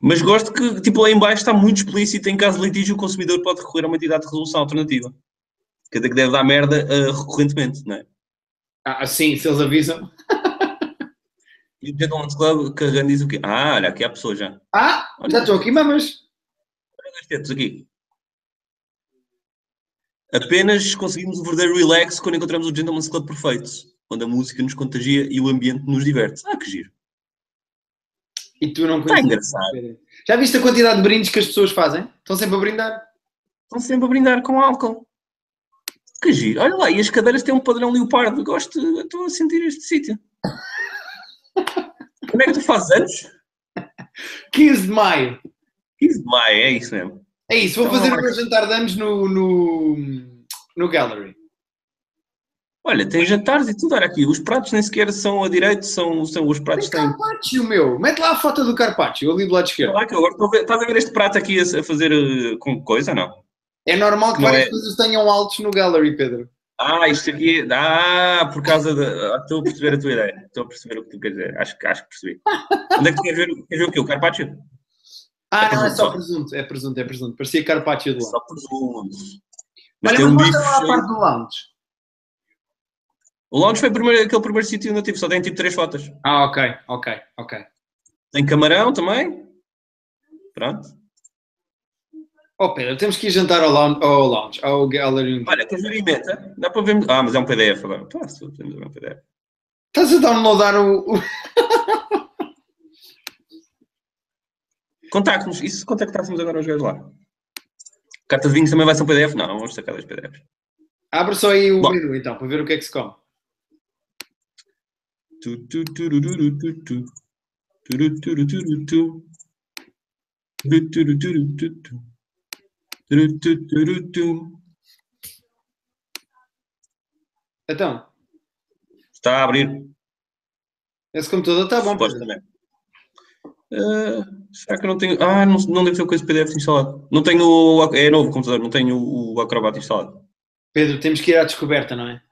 Speaker 2: Mas gosto que, tipo, lá em baixo está muito explícito. Em caso de litígio, o consumidor pode recorrer a uma entidade de resolução alternativa. Que até que deve dar merda ah, recorrentemente, não é?
Speaker 1: Ah, sim, se eles avisam.
Speaker 2: E o Gentleman's Club carregando diz o quê? Ah, olha, aqui há pessoas já. Olha
Speaker 1: Ah, já estou aqui, mamas.
Speaker 2: os tetos aqui. Apenas conseguimos o verdadeiro relax quando encontramos o Gentleman's Club perfeito, onde a música nos contagia e o ambiente nos diverte. Ah, que giro.
Speaker 1: E tu não
Speaker 2: Está
Speaker 1: conheces.
Speaker 2: engraçado.
Speaker 1: Pedro. Já viste a quantidade de brindes que as pessoas fazem? Estão sempre a brindar.
Speaker 2: Estão sempre a brindar com álcool. Que giro. Olha lá, e as cadeiras têm um padrão leopardo. Gosto, eu estou a sentir este sítio. Quando é que tu fazes anos?
Speaker 1: 15 de maio.
Speaker 2: 15 de maio, é isso mesmo.
Speaker 1: É isso, vou
Speaker 2: Então,
Speaker 1: fazer o
Speaker 2: Marcos.
Speaker 1: meu jantar de anos no, no, no Gallery.
Speaker 2: Olha, tem jantares e tudo. Olha aqui, os pratos nem sequer são a direito, são, são os pratos
Speaker 1: Tem
Speaker 2: têm.
Speaker 1: Carpaccio, meu. Mete lá a foto do Carpaccio, ali do lado esquerdo.
Speaker 2: Olha que agora estou a ver- estás a ver este prato aqui a, a fazer eh, com coisa, não?
Speaker 1: É normal que
Speaker 2: Não
Speaker 1: várias
Speaker 2: é.
Speaker 1: coisas tenham altos no Gallery, Pedro.
Speaker 2: Ah, isto aqui é. Ah, por causa da. ah, Estou a perceber a tua ideia. Estou a perceber o que tu queres dizer. Acho, que- acho que percebi. Onde é que tu queres ver, o- queres ver o quê? O Carpaccio?
Speaker 1: Ah, não, é
Speaker 2: presunto
Speaker 1: só
Speaker 2: só.
Speaker 1: presunto. É presunto, é presunto. Parecia Carpaccio de lá.
Speaker 2: Só presunto. Mas
Speaker 1: Olha,
Speaker 2: tem
Speaker 1: mas
Speaker 2: um bife
Speaker 1: mostra lá a
Speaker 2: cheio.
Speaker 1: parte do lounge.
Speaker 2: O lounge foi o primeiro- aquele primeiro sítio onde eu tive, só tem tipo três fotos.
Speaker 1: Ah, ok, ok, ok.
Speaker 2: Tem camarão também. Pronto.
Speaker 1: Oh, Pedro, temos que ir jantar ao lounge, ao, lounge, ao Gallery.
Speaker 2: Olha, queres ver a emenda? Dá para ver. Ah, mas é um PDF agora. Pá, se podemos ver um PDF.
Speaker 1: Estás a downloadar o... o-
Speaker 2: Contacte-nos. é E se contactássemos agora os gajos lá? Carta de vinhos também vai ser um PDF? Não, não vamos sacar dois PDFs.
Speaker 1: Abre só aí o
Speaker 2: Bom.
Speaker 1: menu, então, para ver o que é que se come.
Speaker 2: Tu, tu, tururu, tu, tu. Turu, turu, turu, tu. Turu, turu, turu, tu, tu. Turu, tu, turu, tu.
Speaker 1: Então,
Speaker 2: Está a abrir.
Speaker 1: esse computador está Tá bom, Pedro.
Speaker 2: Supostamente. Ah, será que eu não tenho. Ah, não, não deve ter coisa de PDF instalado. Não tenho. o ac- É novo o computador, não tenho o o Acrobat instalado.
Speaker 1: Pedro, temos que ir à descoberta, não é?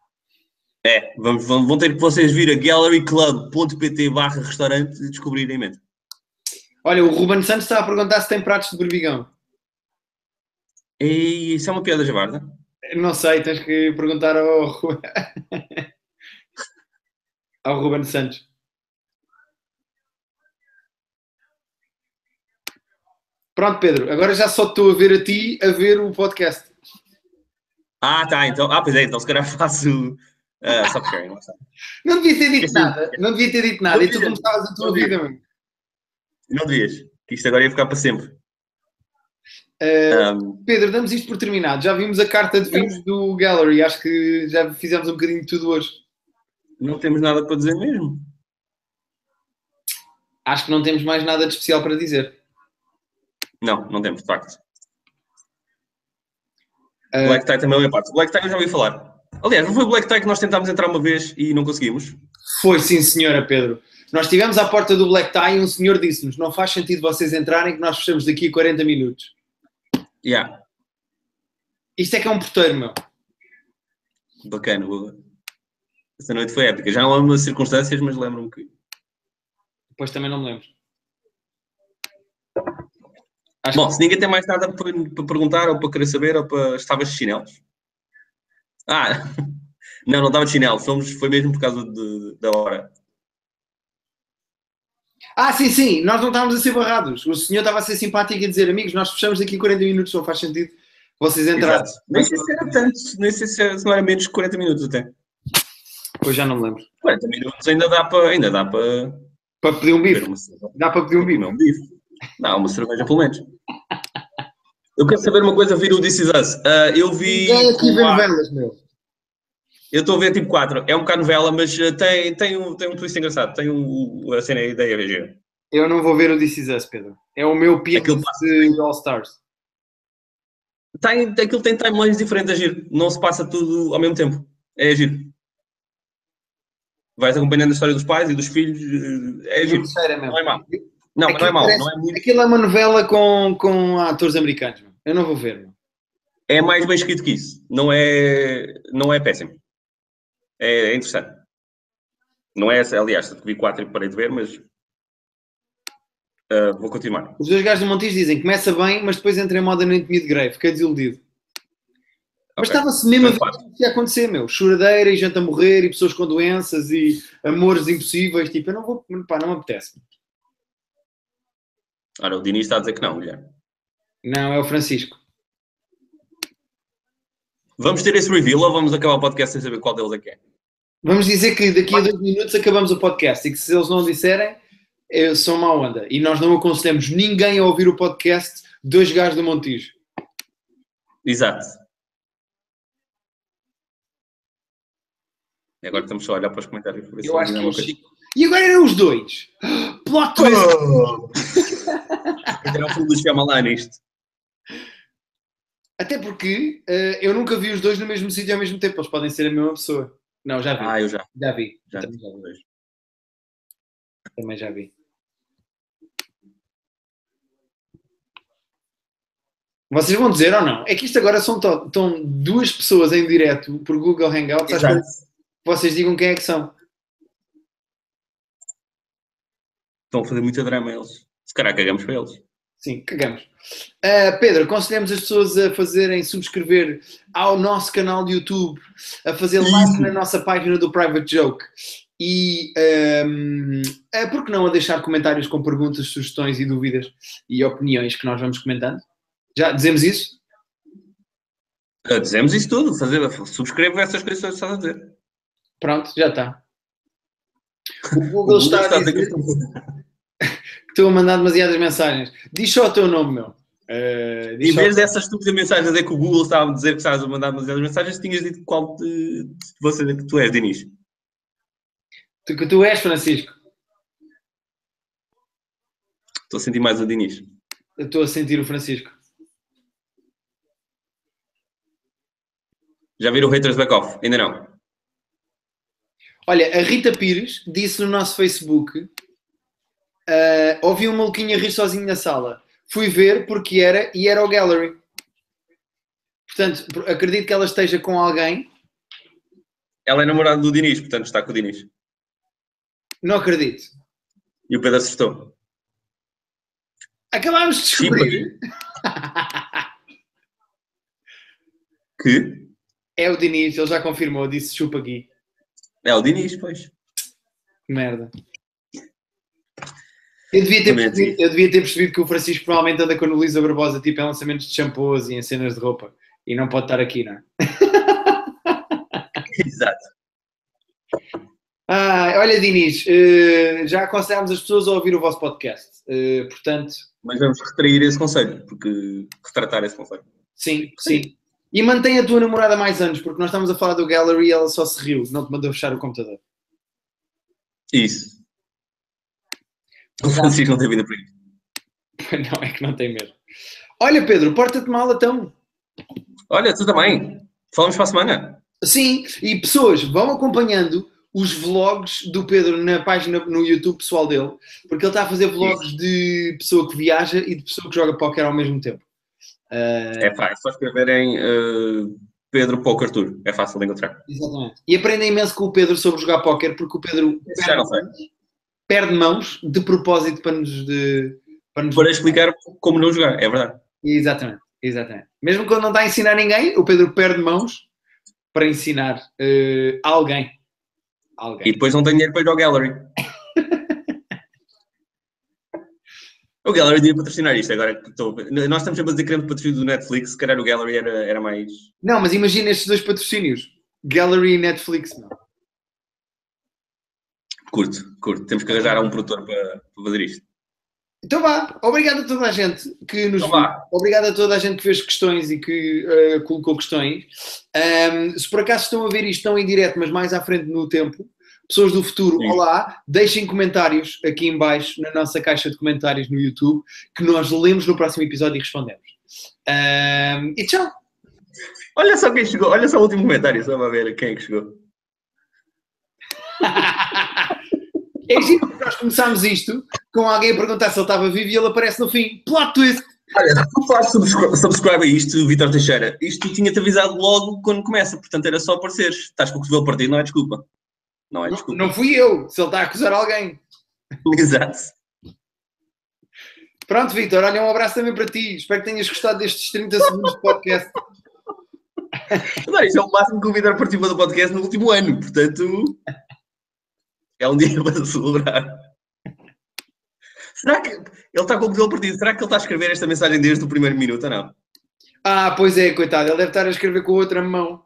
Speaker 2: É, vamos, vão, vão ter que vocês vir a galleryclub.pt barra restaurante e descobrir em mente.
Speaker 1: Olha, o Ruben Santos está a perguntar se tem pratos de berbigão.
Speaker 2: E isso é uma piada javarda.
Speaker 1: Não sei, tens que perguntar ao, Ru- ao Ruben Santos. Pronto, Pedro, agora já só estou a ver a ti a ver o podcast.
Speaker 2: Ah, tá, então. Ah, pois é, então se calhar faço. ah, só porque não sei.
Speaker 1: Não devia ter dito nada, não devia ter dito nada. E tu começavas a tua vida, mano.
Speaker 2: Não devias, que isto agora ia ficar para sempre.
Speaker 1: Ah,
Speaker 2: Ah,
Speaker 1: Pedro, damos isto por terminado. Já vimos a carta de vinhos do Gallery. Acho que já fizemos um bocadinho de tudo hoje.
Speaker 2: não temos nada para dizer mesmo.
Speaker 1: Acho que não temos mais nada de especial para dizer.
Speaker 2: Não, não temos, de facto.
Speaker 1: Ah,
Speaker 2: Black Tie também é uma parte. Black Tie eu já ouvi falar. Aliás, não foi o Black Tie que nós tentámos entrar uma vez e não conseguimos?
Speaker 1: Foi sim, senhora Pedro. Nós estivemos à porta do Black Tie e um senhor disse-nos: não faz sentido vocês entrarem, que nós fechamos daqui a 40 minutos.
Speaker 2: Yeah,
Speaker 1: Isto é que é um porteiro, meu.
Speaker 2: bacana. boa. Essa noite foi épica. Já não lembro as circunstâncias, mas lembro-me que.
Speaker 1: Depois também não me lembro. Acho
Speaker 2: Bom, se ninguém tem mais nada para, para perguntar ou para querer saber ou para. Estavas de chinelos? Ah! Não, não estava de chinelos. Fomos, foi mesmo por causa de- da hora.
Speaker 1: que- Ah, sim, sim, nós não estávamos a ser barrados. O senhor estava a ser simpático e a dizer: amigos, nós fechamos daqui a 40 minutos, não faz sentido vocês entrarem.
Speaker 2: Exato. Nem sei se era tanto, nem sei se era, se não era menos de 40 minutos até.
Speaker 1: Pois já não me lembro.
Speaker 2: 40 minutos ainda dá para. Ainda dá para.
Speaker 1: Para pedir um
Speaker 2: beber
Speaker 1: bife.
Speaker 2: uma cerveja.
Speaker 1: Dá para pedir um bife.
Speaker 2: Não, um bife. Não, uma cerveja pelo menos. Eu quero saber uma coisa, vir o This Is Us. Ah, eu vi.
Speaker 1: Ninguém é aqui vê
Speaker 2: Ah,
Speaker 1: novelas, meu.
Speaker 2: eu estou a ver tipo 4. É um bocado novela, mas ah, tem, tem, um, tem um twist engraçado. Tem um, a cena aí da EVG.
Speaker 1: Eu não vou ver o This Is Us, Pedro. É o meu pico
Speaker 2: Aquilo
Speaker 1: de All Stars.
Speaker 2: Tem, aquilo tem timelines diferentes a giro. Não se passa tudo ao mesmo tempo. É giro. Vais acompanhando a história dos pais e dos filhos. eh, É giro.
Speaker 1: Terceira mesmo.
Speaker 2: Não é mau. Não, mas não é mau. Não é, muito-
Speaker 1: Aquilo é uma novela com, com atores americanos, meu. Eu não vou ver, meu.
Speaker 2: é mais bem escrito que isso. Não é, não é péssimo. É, é interessante. Não é, essa- aliás, vi 4 e parei de ver, mas ah, vou continuar.
Speaker 1: Os dois gajos do Montijo dizem começa bem, mas depois entra em moda na intimidade de greve. Fiquei desiludido. Mas
Speaker 2: Ok.
Speaker 1: estava-se mesmo a ver
Speaker 2: Então,
Speaker 1: o que ia acontecer, meu. Choradeira e gente a morrer e pessoas com doenças e amores impossíveis. Tipo, eu não vou... Pá, não me apetece.
Speaker 2: Ora, o Dini está a dizer que não, Guilherme.
Speaker 1: Não, é o Francisco.
Speaker 2: Vamos ter esse reveal ou vamos acabar o podcast sem saber qual deles é que é?
Speaker 1: Vamos dizer que daqui a dois minutos acabamos o podcast e que se eles não disserem, eu sou mau onda. E nós não aconselhamos ninguém a ouvir o podcast Dois Gajos do Montijo.
Speaker 2: Exato. E agora estamos só a olhar para os comentários. para ver se
Speaker 1: Eu acho que é
Speaker 2: alguém
Speaker 1: o
Speaker 2: diz
Speaker 1: Chico. E agora eram os dois. Plot twist.
Speaker 2: alguma coisa. Era o fundo do Shyamalan isto.
Speaker 1: Até porque eh, eu nunca vi os dois no mesmo sítio ao mesmo tempo. Eles podem ser a mesma pessoa. Não, já vi.
Speaker 2: Ah, eu já.
Speaker 1: já vi.
Speaker 2: já
Speaker 1: Também já vi. Também já vi. Vocês vão dizer ou não? É que isto agora são to- estão duas pessoas em direto por Google Hangouts. Acho
Speaker 2: Exato.
Speaker 1: que vocês digam quem é que são.
Speaker 2: Estão a fazer muita drama eles. Se calhar cagamos para eles.
Speaker 1: Sim, cagamos. Ah, Pedro, aconselhamos as pessoas a fazerem subscrever ao nosso canal de YouTube, a fazer like
Speaker 2: Isso.
Speaker 1: na nossa página do Private Joke e ahm, ah, por que não a deixar comentários com perguntas, sugestões e dúvidas e opiniões que nós vamos comentando? Já dizemos isso?
Speaker 2: Ah, Dizemos isso tudo. Fazer, subscrevam essas coisas que estás a dizer.
Speaker 1: Pronto, já está. O Google,
Speaker 2: O Google
Speaker 1: está, a dizer
Speaker 2: que eu estou-
Speaker 1: que estou a mandar demasiadas mensagens. Diz só o teu nome, meu. Ah, diz
Speaker 2: Em
Speaker 1: só-
Speaker 2: vez dessas estúpidas mensagens a dizer que o Google estava a dizer que estavas a mandar demasiadas mensagens, tinhas dito qual de, de você que tu és, Dinis.
Speaker 1: Tu- que tu és, Francisco.
Speaker 2: Estou a sentir mais o Dinis.
Speaker 1: Eu estou a sentir o Francisco.
Speaker 2: Já viram o Haters Back Off? Ainda não.
Speaker 1: Olha, a Rita Pires disse no nosso Facebook: ah, ouvi um maluquinho a rir sozinho na sala. Fui ver porque era e era o Gallery. Portanto, por- acredito que ela esteja com alguém.
Speaker 2: Ela é namorada do Dinis, portanto está com o Dinis.
Speaker 1: Não acredito.
Speaker 2: E o Pedro acertou.
Speaker 1: Acabámos de
Speaker 2: Tipo
Speaker 1: descobrir.
Speaker 2: Que?
Speaker 1: É o Diniz, ele já confirmou, disse chupa aqui.
Speaker 2: É o Dinis, pois.
Speaker 1: Que merda. Eu devia, ter
Speaker 2: Também é
Speaker 1: percebido, eu devia ter percebido que o Francisco provavelmente anda com a Luísa Barbosa, tipo em lançamentos de shampoos e em cenas de roupa. E não pode estar aqui, não é?
Speaker 2: Exato.
Speaker 1: Ah, olha, Dinis, eh, já aconselhámos as pessoas a ouvir o vosso podcast. Eh, portanto,
Speaker 2: Mas vamos retrair esse conselho, porque retratar esse conselho.
Speaker 1: sim, sim. E mantém a tua namorada mais anos, porque nós estamos a falar do Gallery e ela só se riu, não te mandou fechar o computador.
Speaker 2: Isso. O Francisco não tem vida para isso.
Speaker 1: Não, é que não tem mesmo. Olha, Pedro, porta-te mal então.
Speaker 2: Olha, tu também. Falamos para a semana.
Speaker 1: Sim, e pessoas vão acompanhando os vlogs do Pedro na página no YouTube pessoal dele, porque ele está a fazer vlogs de pessoa que viaja e de pessoa que joga póquer ao mesmo tempo. Ah,
Speaker 2: É pá, é só escreverem eh, Pedro Pouco Arthur. É fácil de encontrar.
Speaker 1: Exatamente. E aprendem imenso com o Pedro sobre jogar póquer, porque o Pedro
Speaker 2: Isso já não sei.
Speaker 1: perde mãos de propósito para nos. De, para nos...
Speaker 2: Para explicar como não jogar, é verdade.
Speaker 1: Exatamente, exatamente. Mesmo quando não está a ensinar ninguém, o Pedro perde mãos para ensinar eh, alguém.
Speaker 2: E
Speaker 1: Alguém.
Speaker 2: depois não tenho dinheiro para ir ao Gallery. o Gallery devia patrocinar isto agora. que estou a ver. Nós estamos sempre a dizer que queremos patrocínio do Netflix, se calhar o Gallery era, era mais.
Speaker 1: Não, mas imagina estes dois patrocínios: Gallery e Netflix. Não.
Speaker 2: Curto, curto. Temos que arranjar um produtor para, para fazer isto.
Speaker 1: Então vá, obrigado a toda a gente que nos
Speaker 2: Então
Speaker 1: viu.
Speaker 2: vá.
Speaker 1: Obrigado a toda a gente que fez questões e que eh, colocou questões. Ahm, se por acaso estão a ver isto, estão em direto, mas mais à frente no tempo. Pessoas do futuro,
Speaker 2: Sim.
Speaker 1: olá, deixem comentários aqui em baixo na nossa caixa de comentários no YouTube que nós lemos no próximo episódio e respondemos. Ahm, e tchau!
Speaker 2: Olha só quem chegou, olha só o último comentário, só para ver quem é que chegou.
Speaker 1: É giro porque nós começámos isto com alguém a perguntar se ele estava vivo e ele aparece no fim. Plot twist!
Speaker 2: Faz subscri- subscribe a isto, Vitor Teixeira. Isto tinha-te avisado logo quando começa, portanto era só apareceres. Estás com o cotovelo partido, não é desculpa. Não é
Speaker 1: Não,
Speaker 2: desculpa.
Speaker 1: não fui eu, se ele está a acusar alguém.
Speaker 2: Exato.
Speaker 1: Pronto, Vitor, olha, um abraço também para ti. Espero que tenhas gostado destes 30 segundos de podcast.
Speaker 2: Não, isto é o máximo que o Vitor participou do podcast no último ano, portanto. É um dia para celebrar. Será que ele está com o modelo partido? Será que ele está a escrever esta mensagem desde o primeiro minuto ou não?
Speaker 1: Ah, pois é, coitado, ele deve estar a escrever com a outra mão.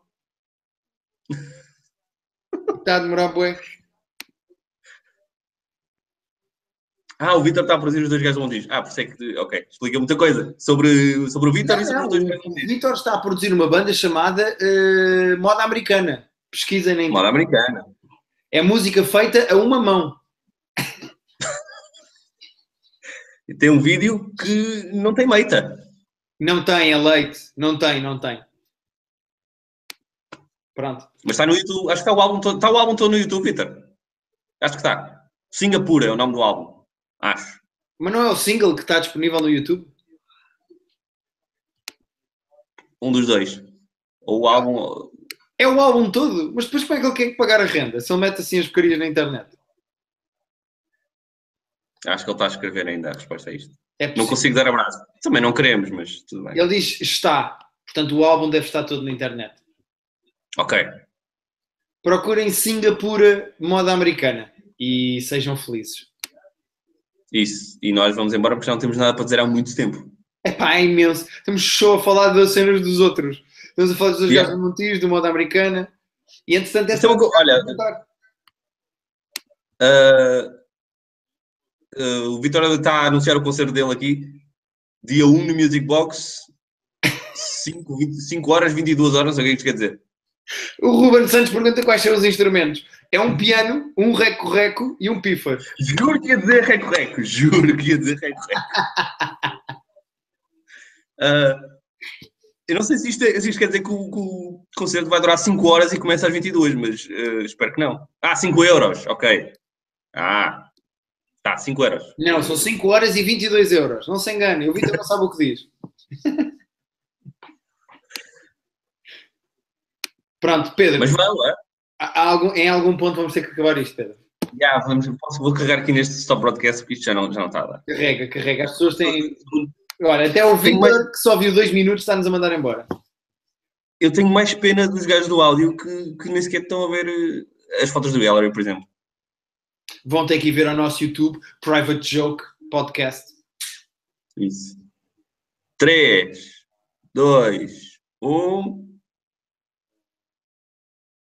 Speaker 1: Está a demorar, bué.
Speaker 2: Ah, o Vitor está a produzir os dois gajos montis. Ah, por isso é que. Ok, explica muita coisa sobre, sobre o Vitor e sobre
Speaker 1: Não, não,
Speaker 2: os dois
Speaker 1: o
Speaker 2: gajos montis.
Speaker 1: Vitor está a produzir uma banda chamada eh, Moda Americana. Pesquisa na internet.
Speaker 2: moda americana.
Speaker 1: É música feita a uma mão.
Speaker 2: E tem um vídeo que não tem meita.
Speaker 1: Não tem, é leite. Não tem, não tem. Pronto.
Speaker 2: Mas está no YouTube, acho que está o álbum todo, está o álbum todo no YouTube, Peter. Acho que está. Singapura é o nome do álbum. Acho.
Speaker 1: Mas não é o single que está disponível no YouTube?
Speaker 2: Um dos dois. Ou o álbum.
Speaker 1: É o álbum todo? Mas depois como é que ele quer pagar a renda? Se ele mete assim as porcarias na internet?
Speaker 2: Acho que ele está a escrever ainda a resposta a isto.
Speaker 1: É
Speaker 2: Não
Speaker 1: possível.
Speaker 2: consigo dar abraço. Também não queremos, mas tudo bem.
Speaker 1: Ele diz está. Portanto, o álbum deve estar todo na internet.
Speaker 2: Ok.
Speaker 1: Procurem Singapura moda americana e sejam felizes.
Speaker 2: Isso. E nós vamos embora porque já não temos nada para dizer há muito tempo.
Speaker 1: Epá, é imenso. Estamos só a falar das cenas dos outros. Estamos a falar dos
Speaker 2: Yeah.
Speaker 1: gajos do Montijo, do moda americana. E entretanto,
Speaker 2: Isso é uma co- olha, Uh, uh, o Vitória está a anunciar o concerto dele aqui, dia 1 no Music Box, 5, 5 horas, 22 horas, o que é que isto quer dizer?
Speaker 1: O Ruben Santos pergunta quais são os instrumentos. É um piano, um reco-reco e um pífaro.
Speaker 2: Juro que ia dizer reco-reco, juro que ia dizer reco-reco. Uh, eu não sei se isto, é- se isto quer dizer que o, que o concerto vai durar 5 horas e começa às 22, mas uh, espero que não. Ah, 5 euros, ok. Ah, tá, 5 euros.
Speaker 1: Não, são 5 horas e 22 euros. Não se engane, o Vitor não sabe o que diz. Pronto, Pedro,
Speaker 2: Mas vão, é?
Speaker 1: há- há algum- em algum ponto vamos ter que acabar isto, Pedro.
Speaker 2: Já, vamos, posso- vou carregar aqui neste stop broadcast porque isto já não, já não está a dar.
Speaker 1: Carrega, carrega. As pessoas têm. Olha, até o Vitor, que só viu 2 minutos, está-nos a mandar embora.
Speaker 2: Eu tenho mais pena dos gajos do áudio que, que nem sequer estão a ver eh, as fotos do Gallery, por exemplo.
Speaker 1: Vão ter que ir ver ao nosso YouTube, Private Joke Podcast.
Speaker 2: Isso. 3, 2, 1.